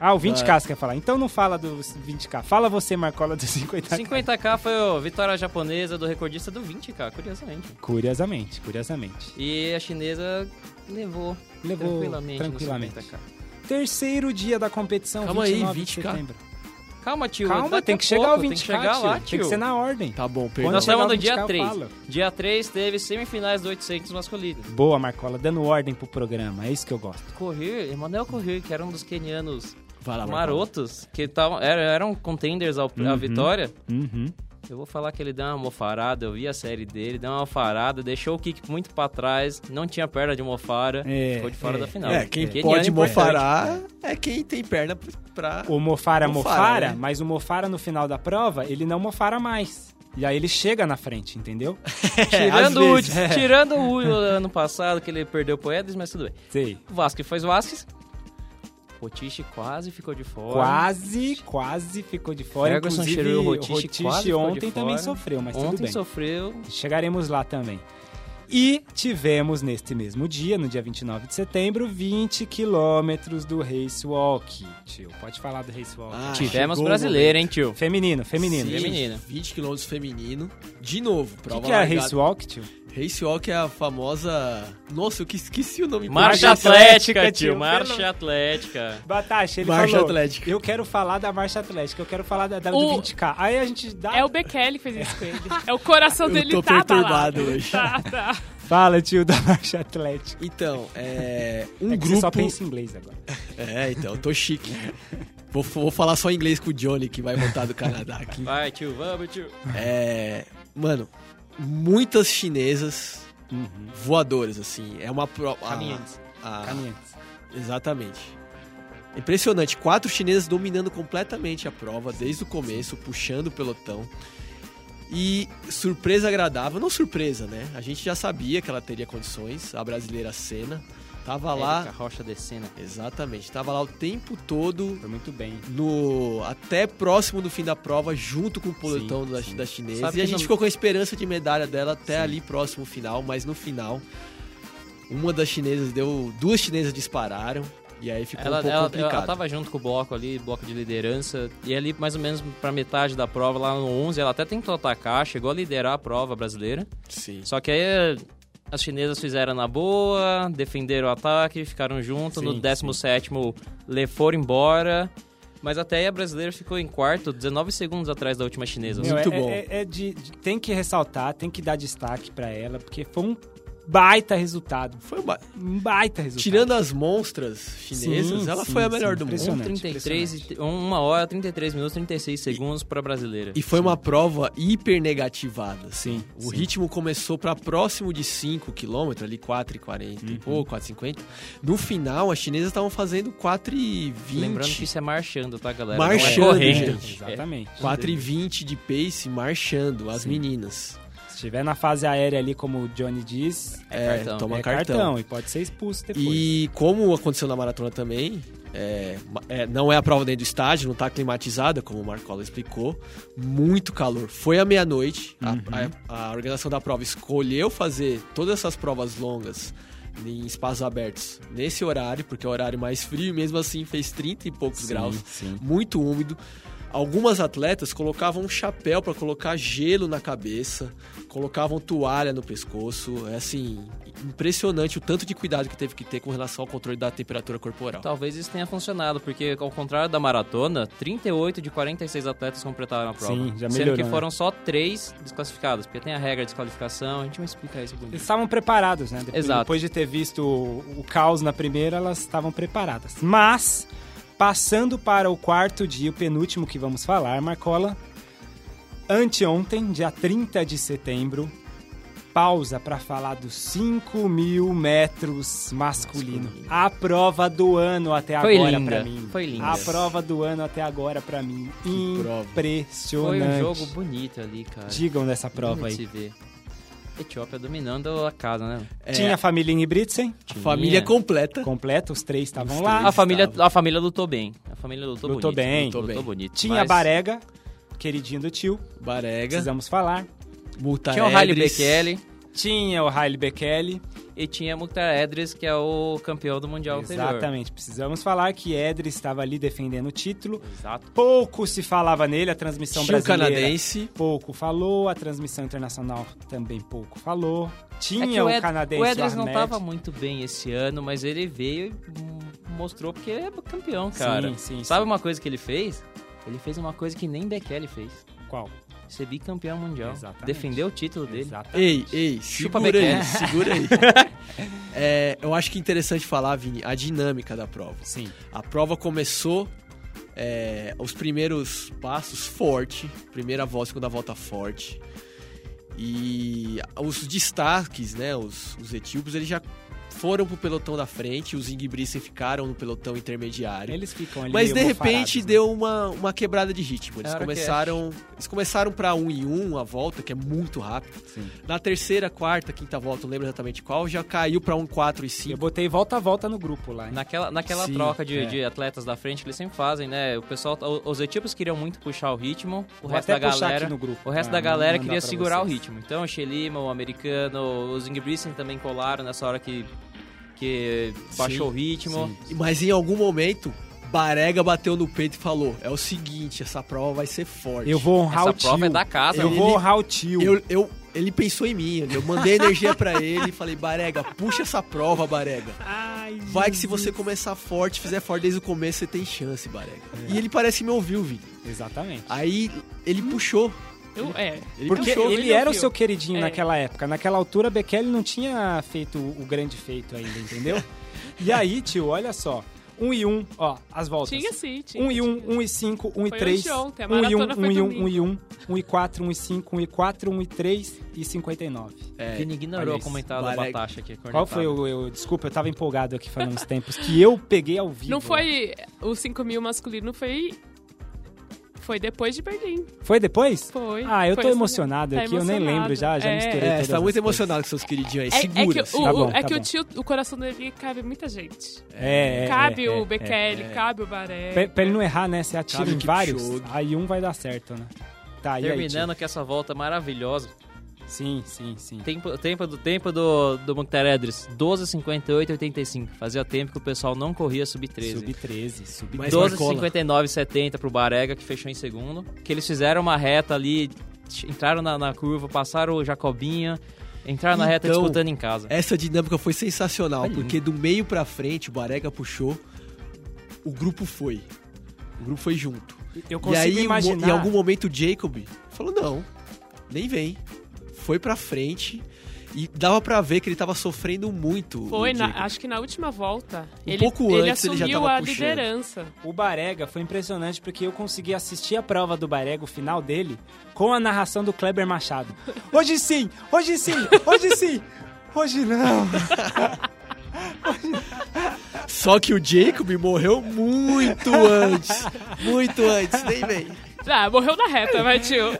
Speaker 1: Ah, o 20k você quer falar. Então não fala do 20k. Fala você, Marcola, do 50k.
Speaker 4: 50k foi a vitória japonesa do recordista do 20k, curiosamente.
Speaker 1: Curiosamente, curiosamente.
Speaker 4: E a chinesa levou,
Speaker 1: Levou
Speaker 4: tranquilamente. no
Speaker 1: tranquilamente.
Speaker 4: 50K.
Speaker 1: Terceiro dia da competição,
Speaker 2: Calma aí,
Speaker 1: 29 de
Speaker 2: 20K.
Speaker 1: setembro.
Speaker 4: Calma, tio.
Speaker 1: Calma,
Speaker 4: daqui
Speaker 1: tem
Speaker 4: a
Speaker 1: que chegar
Speaker 4: pouco,
Speaker 1: ao 20k,
Speaker 4: tem que chegar
Speaker 1: tio.
Speaker 4: lá, tio.
Speaker 1: Tem que ser na ordem.
Speaker 2: Tá bom, perdão.
Speaker 1: Quando
Speaker 4: Nós
Speaker 1: chegar
Speaker 4: estamos
Speaker 1: o
Speaker 4: no dia
Speaker 1: 20K, eu
Speaker 4: 3.
Speaker 1: falo.
Speaker 4: Dia 3 teve semifinais do 800 masculino.
Speaker 1: Boa, Marcola, dando ordem pro programa. É isso que eu gosto.
Speaker 4: Correr, Emanuel Correr, que era um dos quenianos
Speaker 2: Vai lá, Marcão.
Speaker 4: marotos, que tavam, era- eram contenders ao, à vitória.
Speaker 1: Uhum.
Speaker 4: Eu vou falar que ele deu uma mofarada, eu vi a série dele, deu uma mofarada, deixou o kick muito pra trás, não tinha perna de mofara,
Speaker 1: É,
Speaker 4: ficou de fora
Speaker 1: é.
Speaker 4: da final.
Speaker 2: É, quem
Speaker 4: Keniano
Speaker 2: pode
Speaker 4: importante.
Speaker 2: mofarar é quem tem perna pra...
Speaker 1: O Mofara é
Speaker 2: Mofara,
Speaker 1: Mofara,
Speaker 2: né?
Speaker 1: mas o Mofara no final da prova, ele não Mofara mais. E aí ele chega na frente, entendeu? às
Speaker 4: Tirando, o,
Speaker 1: vezes, é.
Speaker 4: tirando o ano passado, que ele perdeu pro Edis, mas tudo bem.
Speaker 1: Sei.
Speaker 4: O Vasco faz Vasquez. Rotiche quase ficou de fora.
Speaker 1: Quase, quase ficou de fora.
Speaker 4: Ferguson,
Speaker 1: Inclusive,
Speaker 4: Cheru e
Speaker 1: o
Speaker 4: Rotich
Speaker 1: Rotich
Speaker 4: quase ficou de
Speaker 1: ontem também
Speaker 4: fora.
Speaker 1: sofreu, mas tudo
Speaker 4: Ontem
Speaker 1: bem.
Speaker 4: sofreu
Speaker 1: Chegaremos lá também. E tivemos neste mesmo dia, no dia 29 de setembro, 20 quilômetros do Race Walk. Tio, pode falar do Race Walk.
Speaker 2: Ah,
Speaker 4: Tivemos
Speaker 2: chegou o
Speaker 4: brasileiro,
Speaker 2: momento.
Speaker 4: hein, tio?
Speaker 1: Feminino, feminino.
Speaker 4: Sim. Feminino.
Speaker 2: 20 km feminino. De novo,
Speaker 1: O
Speaker 2: prova
Speaker 1: que, que é
Speaker 2: largada.
Speaker 1: Race Walk, tio?
Speaker 2: Race Walk é a famosa... Nossa, eu que esqueci o nome.
Speaker 4: Marcha
Speaker 1: Marcha
Speaker 4: Atlética,
Speaker 1: Atlética,
Speaker 4: tio.
Speaker 1: tio,
Speaker 4: Marcha Atlética.
Speaker 1: Batacha, ele
Speaker 2: Marcha
Speaker 1: falou,
Speaker 2: Atlética.
Speaker 1: eu quero falar da marcha atlética, eu quero falar da, da do
Speaker 3: O-
Speaker 1: 20k. Aí a gente dá...
Speaker 3: É o Bekele que fez isso com ele. É o coração
Speaker 2: Eu
Speaker 3: dele
Speaker 2: tô
Speaker 3: tá
Speaker 2: perturbado
Speaker 3: abalado.
Speaker 4: *laughs*
Speaker 2: hoje.
Speaker 3: Tá, tá.
Speaker 1: Fala, tio, da marcha atlética.
Speaker 2: Então, é... Um
Speaker 1: *laughs* é que
Speaker 2: grupo...
Speaker 1: você só pensa em inglês agora.
Speaker 2: É, então, eu tô chique. Vou, vou falar só em inglês com o Johnny, que vai voltar do
Speaker 1: *laughs*
Speaker 2: Canadá aqui.
Speaker 4: Vai, tio, vamos, tio.
Speaker 2: É. Mano, muitas chinesas
Speaker 1: Uhum.
Speaker 2: voadoras, assim. É uma prova.
Speaker 4: Caminhantes.
Speaker 1: Caminhantes.
Speaker 2: Exatamente. Impressionante. Quatro chinesas dominando completamente a prova, desde o começo, puxando o pelotão. E surpresa agradável, não surpresa, né? A gente já sabia que ela teria condições, a brasileira Senna. Tava
Speaker 1: É,
Speaker 4: Érica
Speaker 1: tá
Speaker 2: lá.
Speaker 4: Rocha descendo.
Speaker 2: Exatamente, tava lá o tempo todo
Speaker 1: Foi muito bem.
Speaker 2: no até próximo do fim da prova, junto com o pelotão
Speaker 1: Sim,
Speaker 2: da,
Speaker 1: sim.
Speaker 2: da chinesa.
Speaker 4: Sabe
Speaker 2: e a
Speaker 4: que
Speaker 2: gente
Speaker 4: não-
Speaker 2: ficou com a esperança de medalha dela até ali próximo ao final, mas no final, uma das chinesas deu. Duas chinesas dispararam. E aí ficou
Speaker 4: Ela,
Speaker 2: um pouco
Speaker 4: ela,
Speaker 2: complicado.
Speaker 4: ela tava junto com o bloco ali, bloco de liderança. E ali, mais ou menos pra metade da prova, lá no 11, ela até tentou atacar, chegou a liderar a prova brasileira.
Speaker 2: Sim.
Speaker 4: Só que aí as chinesas fizeram na boa, defenderam o ataque, ficaram junto.
Speaker 1: Sim,
Speaker 4: no 17, le foram embora. Mas até aí a brasileira ficou em quarto, 19 segundos atrás da última chinesa.
Speaker 1: Meu,
Speaker 2: Muito
Speaker 1: é-
Speaker 2: bom.
Speaker 1: É, é de, de- tem que ressaltar, tem que dar destaque pra ela, porque foi um baita resultado.
Speaker 2: Foi uma...
Speaker 1: Um baita resultado.
Speaker 2: Tirando as monstras chinesas,
Speaker 1: Sim,
Speaker 2: ela
Speaker 1: sim,
Speaker 2: foi a
Speaker 1: sim,
Speaker 2: melhor do mundo.
Speaker 1: impressionante.
Speaker 4: 33 Um e, 1 hora, 33 minutos, 36 segundos pra brasileira.
Speaker 2: E foi uma prova hiper negativada. assim.
Speaker 1: Sim,
Speaker 2: O
Speaker 1: sim.
Speaker 2: ritmo começou para próximo de 5 km, ali 4,40 e pouco, 4,50. No final, as chinesas estavam fazendo 4,20.
Speaker 4: Lembrando que isso é marchando, tá, galera?
Speaker 2: Marchando,
Speaker 4: Não é
Speaker 1: É,
Speaker 4: correndo.
Speaker 2: gente.
Speaker 4: *laughs* É.
Speaker 1: Exatamente.
Speaker 2: 4,20 de pace marchando, as
Speaker 1: Sim.
Speaker 2: meninas.
Speaker 1: Se estiver na fase aérea ali, como o Johnny diz,
Speaker 4: É
Speaker 2: É,
Speaker 4: cartão.
Speaker 2: toma
Speaker 1: é
Speaker 2: cartão.
Speaker 1: e pode ser expulso depois.
Speaker 2: E como aconteceu na maratona também, é, ma- é, não é a prova dentro do estádio, não está climatizada, como o Marcola explicou. Muito calor. Foi à meia-noite, a- a, a organização da prova escolheu fazer todas essas provas longas em espaços abertos nesse horário, porque é o horário mais frio, e mesmo assim fez 30 e poucos
Speaker 1: Sim,
Speaker 2: graus
Speaker 1: Sim.
Speaker 2: muito úmido. Algumas atletas colocavam um chapéu para colocar gelo na cabeça, colocavam toalha no pescoço. É assim, impressionante o tanto de cuidado que teve que ter com relação ao controle da temperatura corporal.
Speaker 4: Talvez isso tenha funcionado, porque ao contrário da maratona, 38 de 46 atletas completaram a prova.
Speaker 1: Sim, já
Speaker 4: Sendo
Speaker 1: melhorou,
Speaker 4: que
Speaker 1: né?
Speaker 4: foram só três desclassificados, porque tem a regra de desqualificação, a gente vai explicar isso bonito.
Speaker 1: Eles estavam preparados, né? Depois,
Speaker 4: Exato.
Speaker 1: depois de ter visto o, o caos na primeira, elas estavam preparadas. Mas, passando para o quarto dia, o penúltimo que vamos falar, Marcola. Anteontem, dia 30 de setembro, pausa para falar dos 5 mil metros masculino. A prova do ano até
Speaker 4: Foi
Speaker 1: agora
Speaker 4: linda,
Speaker 1: pra mim.
Speaker 4: foi linda.
Speaker 1: A prova do ano até agora pra mim.
Speaker 2: Que prova.
Speaker 4: Foi
Speaker 1: Impressionante.
Speaker 4: um jogo bonito ali, cara.
Speaker 1: Digam dessa prova
Speaker 4: Bonito
Speaker 1: aí.
Speaker 4: de se ver. Etiópia dominando a casa, né?
Speaker 2: É,
Speaker 1: Tinha a família em Britzen,
Speaker 2: a família completa.
Speaker 1: completa, os três estavam
Speaker 2: Os
Speaker 1: lá.
Speaker 2: três.
Speaker 4: A família,
Speaker 2: estavam.
Speaker 4: a família lutou bem. A família lutou,
Speaker 1: Lutou
Speaker 4: bonito.
Speaker 1: bem.
Speaker 4: Lutou,
Speaker 2: Lutou bem.
Speaker 4: bonito.
Speaker 1: Tinha
Speaker 4: mas
Speaker 1: Barega, queridinho do tio,
Speaker 2: Barega,
Speaker 1: precisamos falar.
Speaker 2: Multaedres.
Speaker 4: Tinha o Haile Bekele.
Speaker 1: Tinha o Haile Bekele.
Speaker 4: e tinha Mukhtar Edris, que é o campeão do Mundial anterior.
Speaker 1: Exatamente. Precisamos falar que Edris estava ali defendendo o título.
Speaker 4: Exato.
Speaker 1: Pouco se falava nele, a transmissão
Speaker 2: Tinha o
Speaker 1: brasileira
Speaker 2: canadense.
Speaker 1: pouco falou, a transmissão internacional também pouco falou.
Speaker 4: É que
Speaker 1: Tinha o,
Speaker 4: Ed-
Speaker 1: canadense
Speaker 4: o Edris não
Speaker 1: Ahmed.
Speaker 4: tava muito bem esse ano, mas ele veio e m- mostrou porque ele é campeão, cara.
Speaker 1: Sim, sim,
Speaker 4: Sabe uma coisa que ele fez? Ele fez uma coisa que nem Bekele fez.
Speaker 1: sim. qual?
Speaker 4: Ser bicampeão mundial.
Speaker 1: Exatamente.
Speaker 4: Defendeu o título dele.
Speaker 2: Ei, ei,
Speaker 4: Tá. Chupa
Speaker 2: segura aí,
Speaker 4: Bekele.
Speaker 2: segura
Speaker 4: *laughs*
Speaker 2: aí. É, eu acho que é interessante falar, Vini, a dinâmica da prova.
Speaker 1: Sim.
Speaker 2: A prova começou, é, os primeiros passos forte, primeira volta, segunda volta forte. E os destaques, né, os, os etíopes, eles já foram pro pelotão da frente, os Ingebrigtsen ficaram no pelotão intermediário.
Speaker 1: Eles ficam ali
Speaker 2: Mas de
Speaker 1: meio
Speaker 2: repente
Speaker 1: mofarados, né? É
Speaker 2: deu uma, uma quebrada de ritmo. Eles
Speaker 4: Era o que
Speaker 2: começaram, eles começaram para um em um a volta, que é muito rápido.
Speaker 1: Sim.
Speaker 2: Na terceira, quarta, quinta volta, não lembro exatamente qual, já caiu para um 4 e 5.
Speaker 1: Eu botei volta a volta no grupo lá. hein?
Speaker 4: Naquela, naquela
Speaker 1: Sim,
Speaker 4: troca de,
Speaker 1: é.
Speaker 4: de atletas da frente que eles sempre fazem, né? O pessoal, o- os etíopes queriam muito puxar o ritmo, o
Speaker 1: Vou
Speaker 4: resto da
Speaker 1: até puxar
Speaker 4: galera,
Speaker 1: aqui no grupo
Speaker 4: o resto
Speaker 1: pra
Speaker 4: da galera
Speaker 1: mandar
Speaker 4: queria
Speaker 1: pra
Speaker 4: segurar o
Speaker 1: vocês.
Speaker 4: ritmo. Então, o Xelima, o americano, os Ingebrigtsen também colaram nessa hora que que baixou o ritmo.
Speaker 1: Sim.
Speaker 2: Mas em algum momento, Barega bateu no peito e falou: É o seguinte, essa prova vai ser forte.
Speaker 1: Eu vou honrar
Speaker 4: Essa
Speaker 1: o tio.
Speaker 4: prova é da casa.
Speaker 1: Eu
Speaker 4: né?
Speaker 1: vou honrar o tio.
Speaker 2: Eu- eu- ele pensou em mim, eu mandei energia pra ele e falei, Barega, puxa essa prova, Barega.
Speaker 1: Ai,
Speaker 2: Vai que se você começar forte, fizer forte desde o começo, você tem chance, Barega.
Speaker 1: É.
Speaker 2: E ele parece que me ouviu, Vini.
Speaker 1: Exatamente.
Speaker 2: Aí ele puxou.
Speaker 3: Eu, é.
Speaker 2: Ele
Speaker 1: Porque
Speaker 2: puxou.
Speaker 1: ele
Speaker 3: ele
Speaker 1: era o
Speaker 3: ouviu.
Speaker 1: seu queridinho
Speaker 3: É.
Speaker 1: naquela época. Naquela altura, Bekele não tinha feito o grande feito ainda,
Speaker 3: *laughs*
Speaker 1: entendeu? e aí, tio, olha só. Um e um, ó, as voltas.
Speaker 3: Tinha sim, tinha.
Speaker 1: 1 e 1,
Speaker 3: tinha.
Speaker 1: 1 e 5, 1 e
Speaker 3: Foi
Speaker 1: 3.
Speaker 3: hoje ontem, a
Speaker 1: 1 e 1,
Speaker 3: maratona
Speaker 1: 1
Speaker 3: foi
Speaker 1: e 1,
Speaker 3: domingo.
Speaker 1: 1 e 1, 1 e 4, 1 e 5, 1 e 4, 1 e 3 e 59.
Speaker 4: O Vini
Speaker 1: olha
Speaker 4: ignorou o
Speaker 1: isso.
Speaker 4: comentário da
Speaker 2: Barega.
Speaker 4: Batasha aqui.
Speaker 3: É
Speaker 1: Qual foi o. Eu, desculpa, eu tava empolgado aqui falando uns tempos que eu peguei ao vivo. né?
Speaker 3: Não foi. O 5 mil masculino foi. Foi depois de Berlim.
Speaker 1: Foi depois?
Speaker 3: Foi.
Speaker 1: Ah, eu
Speaker 3: Foi
Speaker 1: tô
Speaker 3: assim.
Speaker 1: emocionado
Speaker 3: Tá
Speaker 1: aqui, eu nem
Speaker 3: emocionado.
Speaker 1: lembro já, já
Speaker 3: É.
Speaker 1: misturei.
Speaker 2: É,
Speaker 1: todas
Speaker 2: você tá
Speaker 1: as
Speaker 2: muito
Speaker 1: coisas.
Speaker 2: emocionado com seus queridinhos aí.
Speaker 3: É, é
Speaker 2: Segura. assim,
Speaker 3: que, o,
Speaker 1: Tá
Speaker 3: o-
Speaker 1: bom,
Speaker 3: é
Speaker 1: tá
Speaker 3: que
Speaker 1: bom.
Speaker 3: o tio, o coração dele cabe muita gente.
Speaker 1: É, é,
Speaker 3: cabe
Speaker 1: é,
Speaker 3: o
Speaker 1: é,
Speaker 3: Bekele, cabe o Baré.
Speaker 1: Pra, pra ele não errar, né? Você atira
Speaker 2: Cabe
Speaker 1: em
Speaker 2: o
Speaker 1: vários,
Speaker 2: Kipchoge.
Speaker 1: aí um vai dar certo, né? Tá, e aí,
Speaker 4: Terminando com essa volta maravilhosa.
Speaker 1: tio? Sim, sim, sim.
Speaker 4: Tempo, tempo do tempo do, do Monctar Edris, 12,58,85. Fazia tempo que o pessoal não corria sub 13.
Speaker 1: Sub 13, sub
Speaker 2: Mas
Speaker 1: 12.
Speaker 2: marcou.
Speaker 4: 12,59,70 pro Barega, que fechou em segundo. Que eles fizeram uma reta ali, entraram na, na curva, passaram o Jacobinha, entraram na reta
Speaker 2: Então,
Speaker 4: disputando em
Speaker 1: é-
Speaker 4: casa.
Speaker 2: Essa dinâmica foi sensacional,
Speaker 4: Foi lindo.
Speaker 2: porque do meio pra frente o Barega puxou, o grupo foi. O grupo foi junto.
Speaker 1: Eu
Speaker 2: e
Speaker 1: consigo
Speaker 2: aí, em mo-
Speaker 1: imaginar.
Speaker 2: em algum momento, o Jacob falou: não, nem vem. Foi pra frente e dava pra ver que ele tava sofrendo muito. o
Speaker 3: Foi, na-
Speaker 2: Jacob.
Speaker 3: acho que na última volta.
Speaker 2: Um
Speaker 3: ele,
Speaker 2: pouco
Speaker 3: ele
Speaker 2: antes ele
Speaker 3: assumiu
Speaker 2: já tava
Speaker 3: a
Speaker 2: puxando.
Speaker 3: liderança.
Speaker 1: O Barega foi impressionante porque eu consegui assistir a prova do Barega, o final dele, com a narração do Kleber Machado. Hoje sim, hoje sim, hoje sim, hoje não.
Speaker 2: Só que o Jacob morreu muito antes. Muito antes, nem vem.
Speaker 3: Ah, morreu na reta,
Speaker 1: *laughs*
Speaker 3: vai, tio.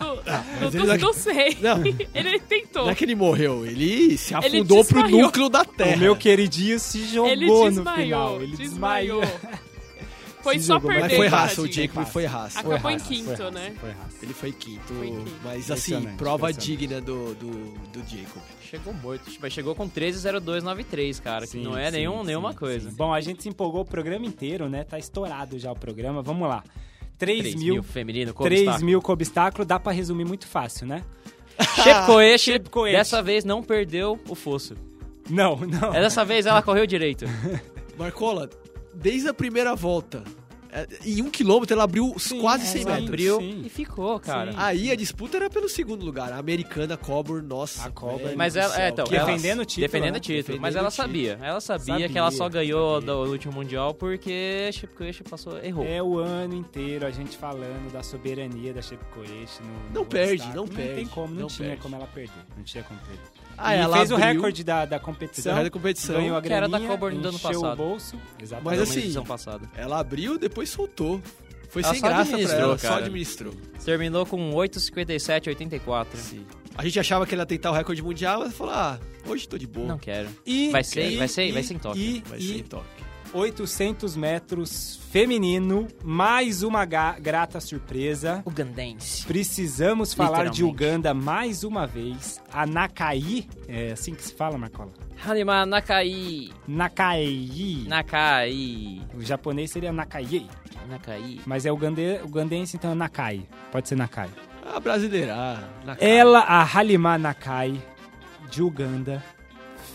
Speaker 3: Não,
Speaker 1: Tá,
Speaker 3: não-
Speaker 2: ele
Speaker 3: não-
Speaker 2: daqui-
Speaker 3: não sei.
Speaker 2: Não.
Speaker 3: Ele tentou.
Speaker 2: Não é que ele morreu, ele se afundou pro
Speaker 3: desmaiou.
Speaker 2: núcleo da Terra.
Speaker 1: O meu queridinho se jogou
Speaker 3: Ele
Speaker 1: no final.
Speaker 3: desmaiou.
Speaker 1: Ele
Speaker 3: desmaiou.
Speaker 1: desmaiou.
Speaker 3: Foi
Speaker 1: Se
Speaker 3: só
Speaker 1: jogou, mas
Speaker 2: Mas
Speaker 3: perder.
Speaker 2: foi raça, o
Speaker 3: tadinho.
Speaker 2: Jacob foi raça.
Speaker 3: Acabou
Speaker 1: Foi
Speaker 3: em
Speaker 1: raça, foi
Speaker 3: quinto,
Speaker 1: raça,
Speaker 3: né?
Speaker 1: Foi raça.
Speaker 2: Ele foi quinto.
Speaker 3: Foi quinto.
Speaker 2: Mas assim,
Speaker 1: Impressionante,
Speaker 2: prova
Speaker 1: impressionante.
Speaker 2: digna do, do, do Jacob.
Speaker 4: Chegou morto. Mas chegou com 13,0293, cara,
Speaker 1: Sim,
Speaker 4: que não é
Speaker 1: sim,
Speaker 4: nenhum,
Speaker 1: sim,
Speaker 4: nenhuma
Speaker 1: sim.
Speaker 4: coisa.
Speaker 1: Bom, a gente se empolgou o programa inteiro, né? Tá estourado já o programa. Vamos lá. 3
Speaker 4: 3
Speaker 1: mil,
Speaker 4: feminino, como
Speaker 1: 3
Speaker 4: *laughs* está?
Speaker 1: mil com obstáculo, dá pra resumir muito fácil, né?
Speaker 4: Shep Koech,
Speaker 1: Shep Koech.
Speaker 4: dessa vez não perdeu o fosso.
Speaker 1: Não, não.
Speaker 4: É, Dessa vez ela correu direito.
Speaker 2: Marcola, desde a primeira volta, é, em um quilômetro, ela abriu os *laughs* quase 100
Speaker 1: ela
Speaker 2: metros.
Speaker 4: Abriu
Speaker 1: sim.
Speaker 4: e ficou, cara.
Speaker 1: Sim.
Speaker 2: Aí a disputa era pelo segundo lugar. A americana, Coburn, nossa.
Speaker 1: A Coburn.
Speaker 2: velho
Speaker 4: Mas
Speaker 2: do
Speaker 4: ela,
Speaker 2: céu,
Speaker 4: é, então,
Speaker 2: que
Speaker 4: ela-
Speaker 1: Defendendo o título,
Speaker 4: Defendendo
Speaker 1: né?
Speaker 4: o título. Mas
Speaker 2: Defendendo
Speaker 4: ela
Speaker 2: o título.
Speaker 4: sabia. Ela sabia,
Speaker 1: Sabia,
Speaker 4: que ela só ganhou
Speaker 1: sabia.
Speaker 4: do último mundial porque Shepkoech passou, errou.
Speaker 1: É o ano inteiro a gente falando da soberania da Chepcoeste no, no
Speaker 2: Não perde,
Speaker 1: obstáculo.
Speaker 2: não
Speaker 1: Não tem
Speaker 2: perde,
Speaker 1: como, não,
Speaker 2: não
Speaker 1: tinha
Speaker 2: perde.
Speaker 1: como ela perder. Não tinha como perder.
Speaker 2: Ah,
Speaker 1: e
Speaker 2: ela
Speaker 1: fez o
Speaker 2: abriu,
Speaker 1: recorde da, da
Speaker 2: Fez a
Speaker 1: competição.
Speaker 2: reta da competição.
Speaker 1: Ganhou a
Speaker 4: Que era da
Speaker 1: graninha,
Speaker 4: Coburn do ano
Speaker 1: encheu o
Speaker 4: passado.
Speaker 1: bolso.
Speaker 2: Mas
Speaker 1: Exatamente.
Speaker 4: Pela
Speaker 2: assim-
Speaker 4: edição passada.
Speaker 2: Ela abriu, depois soltou. Foi
Speaker 4: Ela
Speaker 2: sem
Speaker 4: só
Speaker 2: graça pra
Speaker 4: administrou,
Speaker 2: ela, só
Speaker 4: cara.
Speaker 2: administrou.
Speaker 4: Terminou com 8,57,84.
Speaker 2: Sim. A gente achava que ela ia tentar o recorde mundial, ela falou, ah, hoje tô de boa.
Speaker 4: Não quero.
Speaker 1: E-
Speaker 4: Vai ser-
Speaker 1: e-
Speaker 4: vai ser-
Speaker 1: e-
Speaker 4: vai ser em Tóquio.
Speaker 1: E,
Speaker 2: Vai
Speaker 1: e-
Speaker 2: ser em toque.
Speaker 1: 800 metros feminino, mais uma ga- grata surpresa.
Speaker 4: Ugandense.
Speaker 1: Precisamos falar de
Speaker 4: Literalmente.
Speaker 1: Uganda mais uma vez. A Nakai, é assim que se fala, Marcola?
Speaker 4: Hanima Nakai.
Speaker 1: Nakai.
Speaker 4: Nakai.
Speaker 1: O japonês seria Nakai,
Speaker 4: Nakai.
Speaker 1: mas é ugande, ugandense, então é Nakai. Pode ser Nakai.
Speaker 2: A brasileira. ah, na cara.
Speaker 1: Ela, a Halima Nakai, de Uganda,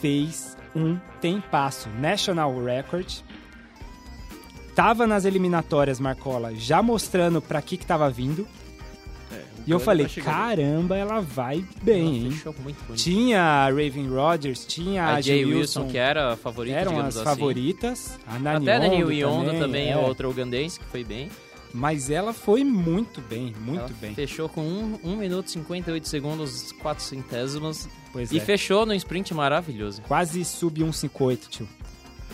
Speaker 1: fez um tempasso, national record. Tava nas eliminatórias, Marcola, já mostrando pra que que tava vindo.
Speaker 2: É, o
Speaker 1: E eu
Speaker 2: Gana
Speaker 1: falei,
Speaker 2: tá chegando.
Speaker 1: caramba, ela vai bem,
Speaker 4: Ela
Speaker 1: hein?
Speaker 4: fechou muito bonito.
Speaker 1: Tinha a Raven Rodgers, tinha a,
Speaker 4: a Jay Wilson,
Speaker 1: Wilson,
Speaker 4: que era a favorita,
Speaker 1: eram
Speaker 4: digamos
Speaker 1: as
Speaker 4: assim.
Speaker 1: favoritas. A Nani
Speaker 4: Até a Daniel
Speaker 1: Ondo
Speaker 4: Yondo também, é
Speaker 1: é.
Speaker 4: outra ugandense que foi bem.
Speaker 1: Mas ela foi muito bem, muito
Speaker 4: Ela
Speaker 1: bem.
Speaker 4: Fechou com 1, minuto e 58 segundos, 4 centésimas.
Speaker 1: Pois
Speaker 4: E
Speaker 1: é.
Speaker 4: fechou num sprint maravilhoso.
Speaker 1: Quase sub 1,58, tio.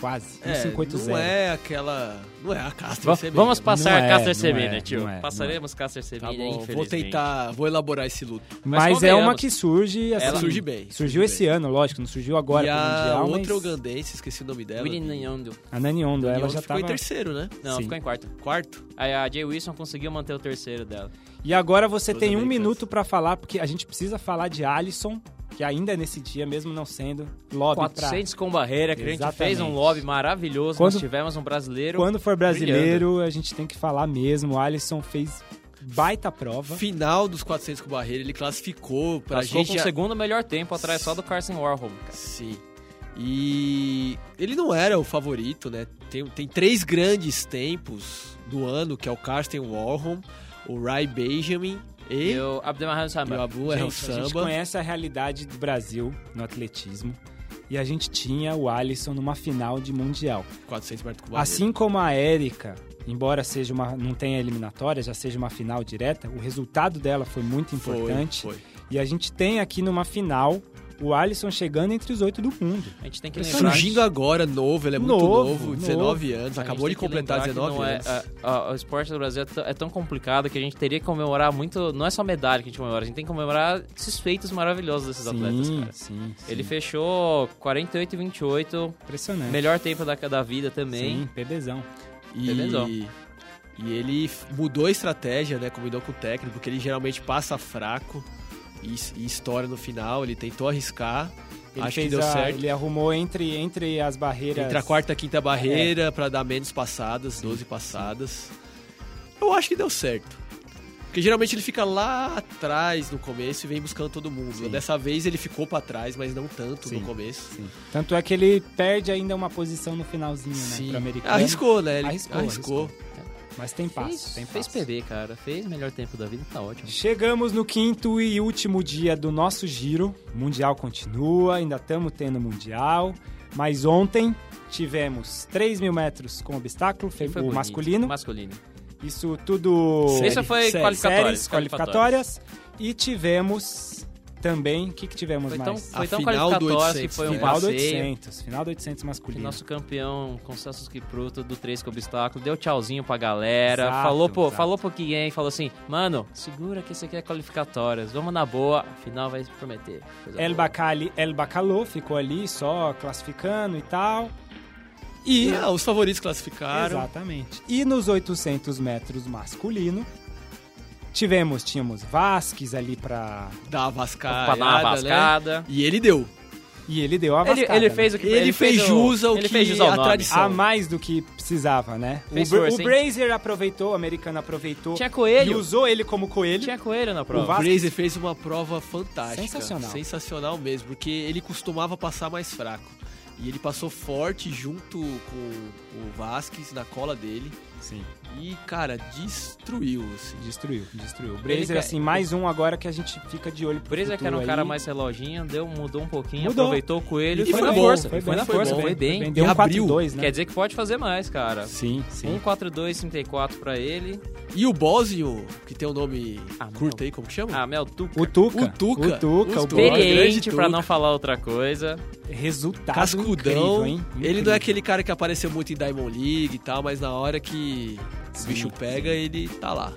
Speaker 1: Quase.
Speaker 2: É,
Speaker 1: 1,50.
Speaker 2: não é aquela. Não é a Castro.
Speaker 4: Va-
Speaker 2: você mesmo.
Speaker 4: Vamos passar
Speaker 1: Não é,
Speaker 4: Caster
Speaker 1: não
Speaker 4: Semina,
Speaker 1: é,
Speaker 4: tio.
Speaker 1: não é,
Speaker 4: Passaremos Caster
Speaker 2: Tá
Speaker 4: Semina,
Speaker 2: bom,
Speaker 4: infelizmente.
Speaker 2: vou tentar, vou elaborar esse luto.
Speaker 4: Mas
Speaker 1: Mas é uma
Speaker 4: convenhamos.
Speaker 1: que surge assim.
Speaker 4: Ela
Speaker 2: surge bem, surge
Speaker 1: Surgiu esse
Speaker 2: bem.
Speaker 1: ano, lógico, não surgiu agora
Speaker 2: e
Speaker 1: pro
Speaker 2: a
Speaker 1: Mundial.
Speaker 2: outra
Speaker 1: mas
Speaker 2: ugandense, esqueci o nome dela.
Speaker 4: Willy
Speaker 2: Nani
Speaker 4: Nyondo.
Speaker 1: A Nani Ondo, ela
Speaker 2: Yondo
Speaker 1: já
Speaker 2: ficou
Speaker 1: tava.
Speaker 2: em terceiro, né?
Speaker 4: Não,
Speaker 1: Sim.
Speaker 4: ficou em quarto.
Speaker 2: Quarto.
Speaker 4: Aí a Jay Wilson conseguiu manter o terceiro dela.
Speaker 1: E agora você
Speaker 2: Dos
Speaker 1: tem um
Speaker 2: americanos.
Speaker 1: minuto pra falar, porque a gente precisa falar de Alisson, que ainda é nesse dia, mesmo não sendo lobby pra.
Speaker 4: 400 com barreira, que a gente
Speaker 1: Exatamente.
Speaker 4: fez um lobby maravilhoso.
Speaker 1: Quando-
Speaker 4: Nós tivemos um brasileiro.
Speaker 1: Quando for brasileiro, a gente tem que falar mesmo. O Alisson fez baita prova.
Speaker 2: Final dos 400 com barreira, ele classificou pra
Speaker 4: Passou
Speaker 2: gente.
Speaker 4: com o
Speaker 2: já-
Speaker 4: segundo melhor tempo, atrás só do Carson Warhol. cara.
Speaker 2: Sim. E ele não era o favorito, né? Tem, tem três grandes tempos do ano, que é o Carsten Warholm, o Ray Benjamin
Speaker 4: E,
Speaker 2: e,
Speaker 4: o Abdelmahan
Speaker 2: e o
Speaker 4: Samba.
Speaker 2: Abu é o
Speaker 1: Gente, A gente
Speaker 2: samba.
Speaker 1: conhece a realidade do Brasil no atletismo. E a gente tinha o Alisson numa final de Mundial.
Speaker 2: 400 metros com barreira.
Speaker 1: Assim como a Érica, embora seja uma, não tenha eliminatória, já seja uma final direta, o resultado dela foi muito
Speaker 2: Foi,
Speaker 1: importante.
Speaker 2: foi.
Speaker 1: E a gente tem aqui numa final o Alisson chegando entre os oito do mundo.
Speaker 4: A gente tem que lembrar.
Speaker 2: Surgindo agora, novo, ele é muito
Speaker 1: Novo,
Speaker 2: novo, 19 anos,
Speaker 4: A gente
Speaker 2: acabou
Speaker 4: tem
Speaker 2: de
Speaker 4: que
Speaker 2: completar
Speaker 4: lembrar que
Speaker 2: 19
Speaker 4: não é-
Speaker 2: anos.
Speaker 4: a- a- o esporte do Brasil é, t- é tão complicado que a gente teria que comemorar muito. Não é só medalha que a gente comemora, a gente tem que comemorar esses feitos maravilhosos desses atletas, cara.
Speaker 1: sim, sim.
Speaker 4: Ele fechou 48 e 28,
Speaker 1: impressionante.
Speaker 4: melhor tempo da, da vida também.
Speaker 1: Sim, bebezão.
Speaker 4: Beleza.
Speaker 2: E, e ele f- mudou a estratégia, né? Combinou com o técnico, porque ele geralmente passa fraco e, e estoura no final. Ele tentou arriscar,
Speaker 1: Ele
Speaker 2: acho que
Speaker 1: fez
Speaker 2: deu
Speaker 1: a-
Speaker 2: certo.
Speaker 1: Ele arrumou entre, entre as barreiras. É.
Speaker 2: Entre a quarta e a quinta barreira pra dar menos passadas, 12 passadas. Eu acho que deu certo. Porque geralmente ele fica lá atrás no começo e vem buscando todo mundo. Dessa vez ele ficou pra trás, mas não tanto
Speaker 1: Sim.
Speaker 2: no começo.
Speaker 1: Sim. Tanto é que ele perde ainda uma posição no finalzinho, né?
Speaker 2: Sim. Ah,
Speaker 1: Pro americano.
Speaker 2: Arriscou, né? Ele
Speaker 1: Arriscou,
Speaker 2: arriscou.
Speaker 1: Mas tem passo,
Speaker 4: Fez,
Speaker 1: tem
Speaker 4: fez
Speaker 1: passo.
Speaker 4: PB, cara. Fez melhor tempo da vida, tá ótimo.
Speaker 1: Chegamos no quinto e último dia do nosso giro. O Mundial continua, ainda estamos tendo Mundial. Mas ontem tivemos 3 mil metros com obstáculo, fe- o
Speaker 4: bonito.
Speaker 1: masculino.
Speaker 4: Masculino.
Speaker 1: Isso tudo.
Speaker 2: Série,
Speaker 4: Isso foi
Speaker 1: série-
Speaker 4: qualificatórias.
Speaker 1: séries, qualificatórias. E tivemos também. O que, que tivemos
Speaker 4: Foi tão,
Speaker 1: mais?
Speaker 4: foi
Speaker 2: A
Speaker 4: tão
Speaker 2: final do
Speaker 4: qualificatórias que
Speaker 2: 800,
Speaker 4: foi um
Speaker 1: final do
Speaker 4: passeio.
Speaker 1: 800. Final do 800
Speaker 4: Que
Speaker 1: masculino.
Speaker 4: nosso campeão, Consensus Kipruto, do 3 com obstáculo, deu tchauzinho pra galera,
Speaker 1: Exato,
Speaker 4: falou, pro,
Speaker 1: exato.
Speaker 4: falou pro Guilherme, falou assim, mano, segura que isso aqui é qualificatórias, vamos na boa, afinal vai prometer. coisa
Speaker 1: El
Speaker 4: boa."
Speaker 1: Bacali, El Bacalô ficou ali só classificando e tal. E.
Speaker 2: Ah, os favoritos classificaram.
Speaker 1: Exatamente. E nos 800 metros masculino, tivemos, tínhamos Vasquez ali pra...
Speaker 2: Dá a
Speaker 4: Pra
Speaker 2: vascada,
Speaker 4: dar uma vascada.
Speaker 2: E ele deu.
Speaker 1: E ele deu a
Speaker 4: Ele,
Speaker 1: né? vascada.
Speaker 4: ele
Speaker 1: né?
Speaker 4: fez o que
Speaker 2: Ele fez
Speaker 4: o-
Speaker 2: jus ao que
Speaker 4: ele fez jus ao
Speaker 2: a
Speaker 4: nome.
Speaker 2: tradição.
Speaker 1: A mais do que precisava, né?
Speaker 4: Fez
Speaker 1: o Bra-
Speaker 4: força,
Speaker 1: o
Speaker 4: hein?
Speaker 1: Brazier aproveitou, o americano aproveitou.
Speaker 4: Tinha
Speaker 1: e
Speaker 4: coelho.
Speaker 1: usou ele como coelho.
Speaker 4: Tinha coelho na
Speaker 1: O
Speaker 4: prova.
Speaker 1: Vasco-
Speaker 2: O Fraser fez uma prova fantástica.
Speaker 1: Sensacional.
Speaker 2: Sensacional mesmo, porque ele costumava passar mais fraco. E ele passou forte junto com o Vasquez na cola dele.
Speaker 1: Sim,
Speaker 2: E, cara, destruiu, assim.
Speaker 1: destruiu, destruiu. O
Speaker 4: Ele
Speaker 1: Brazier,
Speaker 4: ca-
Speaker 1: assim, mais um agora que a gente fica de olho pro
Speaker 4: O Brazier, que era um
Speaker 1: futuro
Speaker 4: cara
Speaker 1: aí.
Speaker 4: mais reloginho, deu, mudou um pouquinho,
Speaker 1: Mudou.
Speaker 4: aproveitou o coelho
Speaker 2: E
Speaker 4: e foi,
Speaker 2: foi
Speaker 4: na
Speaker 2: bom,
Speaker 4: força.
Speaker 2: foi
Speaker 4: Foi,
Speaker 2: bem,
Speaker 4: na
Speaker 2: foi
Speaker 4: força,
Speaker 2: bom.
Speaker 4: foi bem.
Speaker 1: Deu um
Speaker 2: E abriu.
Speaker 1: 4-2, né?
Speaker 4: Quer dizer que pode fazer mais, cara.
Speaker 1: Sim, sim.
Speaker 4: 14234 pra ele.
Speaker 2: E o Bosnio, que tem um nome
Speaker 4: Ah,
Speaker 2: curto aí, como que chama?
Speaker 4: Ah, Mel Tuca.
Speaker 1: O Tuca.
Speaker 2: Hum. O Tuca.
Speaker 1: O Tuca,
Speaker 2: Os
Speaker 1: o
Speaker 2: dois.
Speaker 1: Bora.
Speaker 4: Experiente,
Speaker 2: grande
Speaker 4: pra
Speaker 2: Tuca.
Speaker 4: não falar outra coisa.
Speaker 1: Resultado
Speaker 2: Cascudão.
Speaker 1: Ah, incrível, hein?
Speaker 2: Ele não
Speaker 1: Incrível.
Speaker 2: é aquele cara que apareceu muito em Diamond League e tal, mas na hora que o bicho pega, ele tá lá.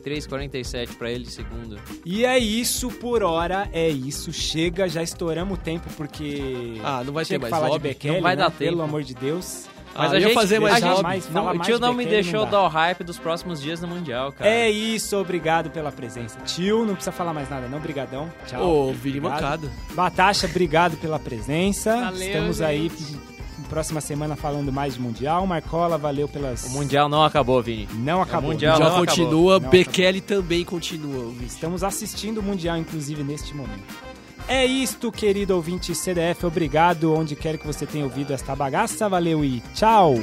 Speaker 4: 1,43,47 pra ele, segundo.
Speaker 1: E é isso por hora, é isso. Chega, já estouramos o tempo porque.
Speaker 2: Ah, não vai
Speaker 1: tinha
Speaker 2: ter
Speaker 1: que
Speaker 2: mais
Speaker 1: falar de
Speaker 2: lobby?
Speaker 1: Bekele,
Speaker 4: Não vai
Speaker 1: né?
Speaker 4: dar
Speaker 1: Pelo
Speaker 4: tempo.
Speaker 1: amor de Deus.
Speaker 4: Mas
Speaker 2: Ah,
Speaker 4: a
Speaker 2: eu ia
Speaker 4: gente,
Speaker 2: fazer mais
Speaker 4: a gente,
Speaker 2: rápido.
Speaker 1: Mais-
Speaker 4: não,
Speaker 1: falar
Speaker 4: o
Speaker 1: mais
Speaker 4: tio não
Speaker 1: BQ
Speaker 4: me
Speaker 1: não
Speaker 4: deixou
Speaker 1: dá.
Speaker 4: dar o hype dos próximos dias no Mundial, cara.
Speaker 1: É isso, obrigado pela presença. Tio, não precisa falar mais nada, não. Brigadão. Tchau.
Speaker 2: Ô, Vini
Speaker 1: Obrigado.
Speaker 2: Mancada.
Speaker 1: Batasha, obrigado pela presença.
Speaker 3: Valeu,
Speaker 1: Estamos aí
Speaker 3: gente.
Speaker 1: na próxima semana falando mais de Mundial. Marcola, valeu pelas.
Speaker 4: O Mundial não acabou, Vini.
Speaker 1: Não acabou.
Speaker 4: Mundial
Speaker 2: Já
Speaker 4: não acabou.
Speaker 2: continua,
Speaker 1: Não,
Speaker 2: Bekele também continua, Vini.
Speaker 1: Estamos assistindo o Mundial, inclusive, neste momento. É isto, querido ouvinte CDF. Obrigado onde quer que você tenha ouvido esta bagaça. Valeu e tchau!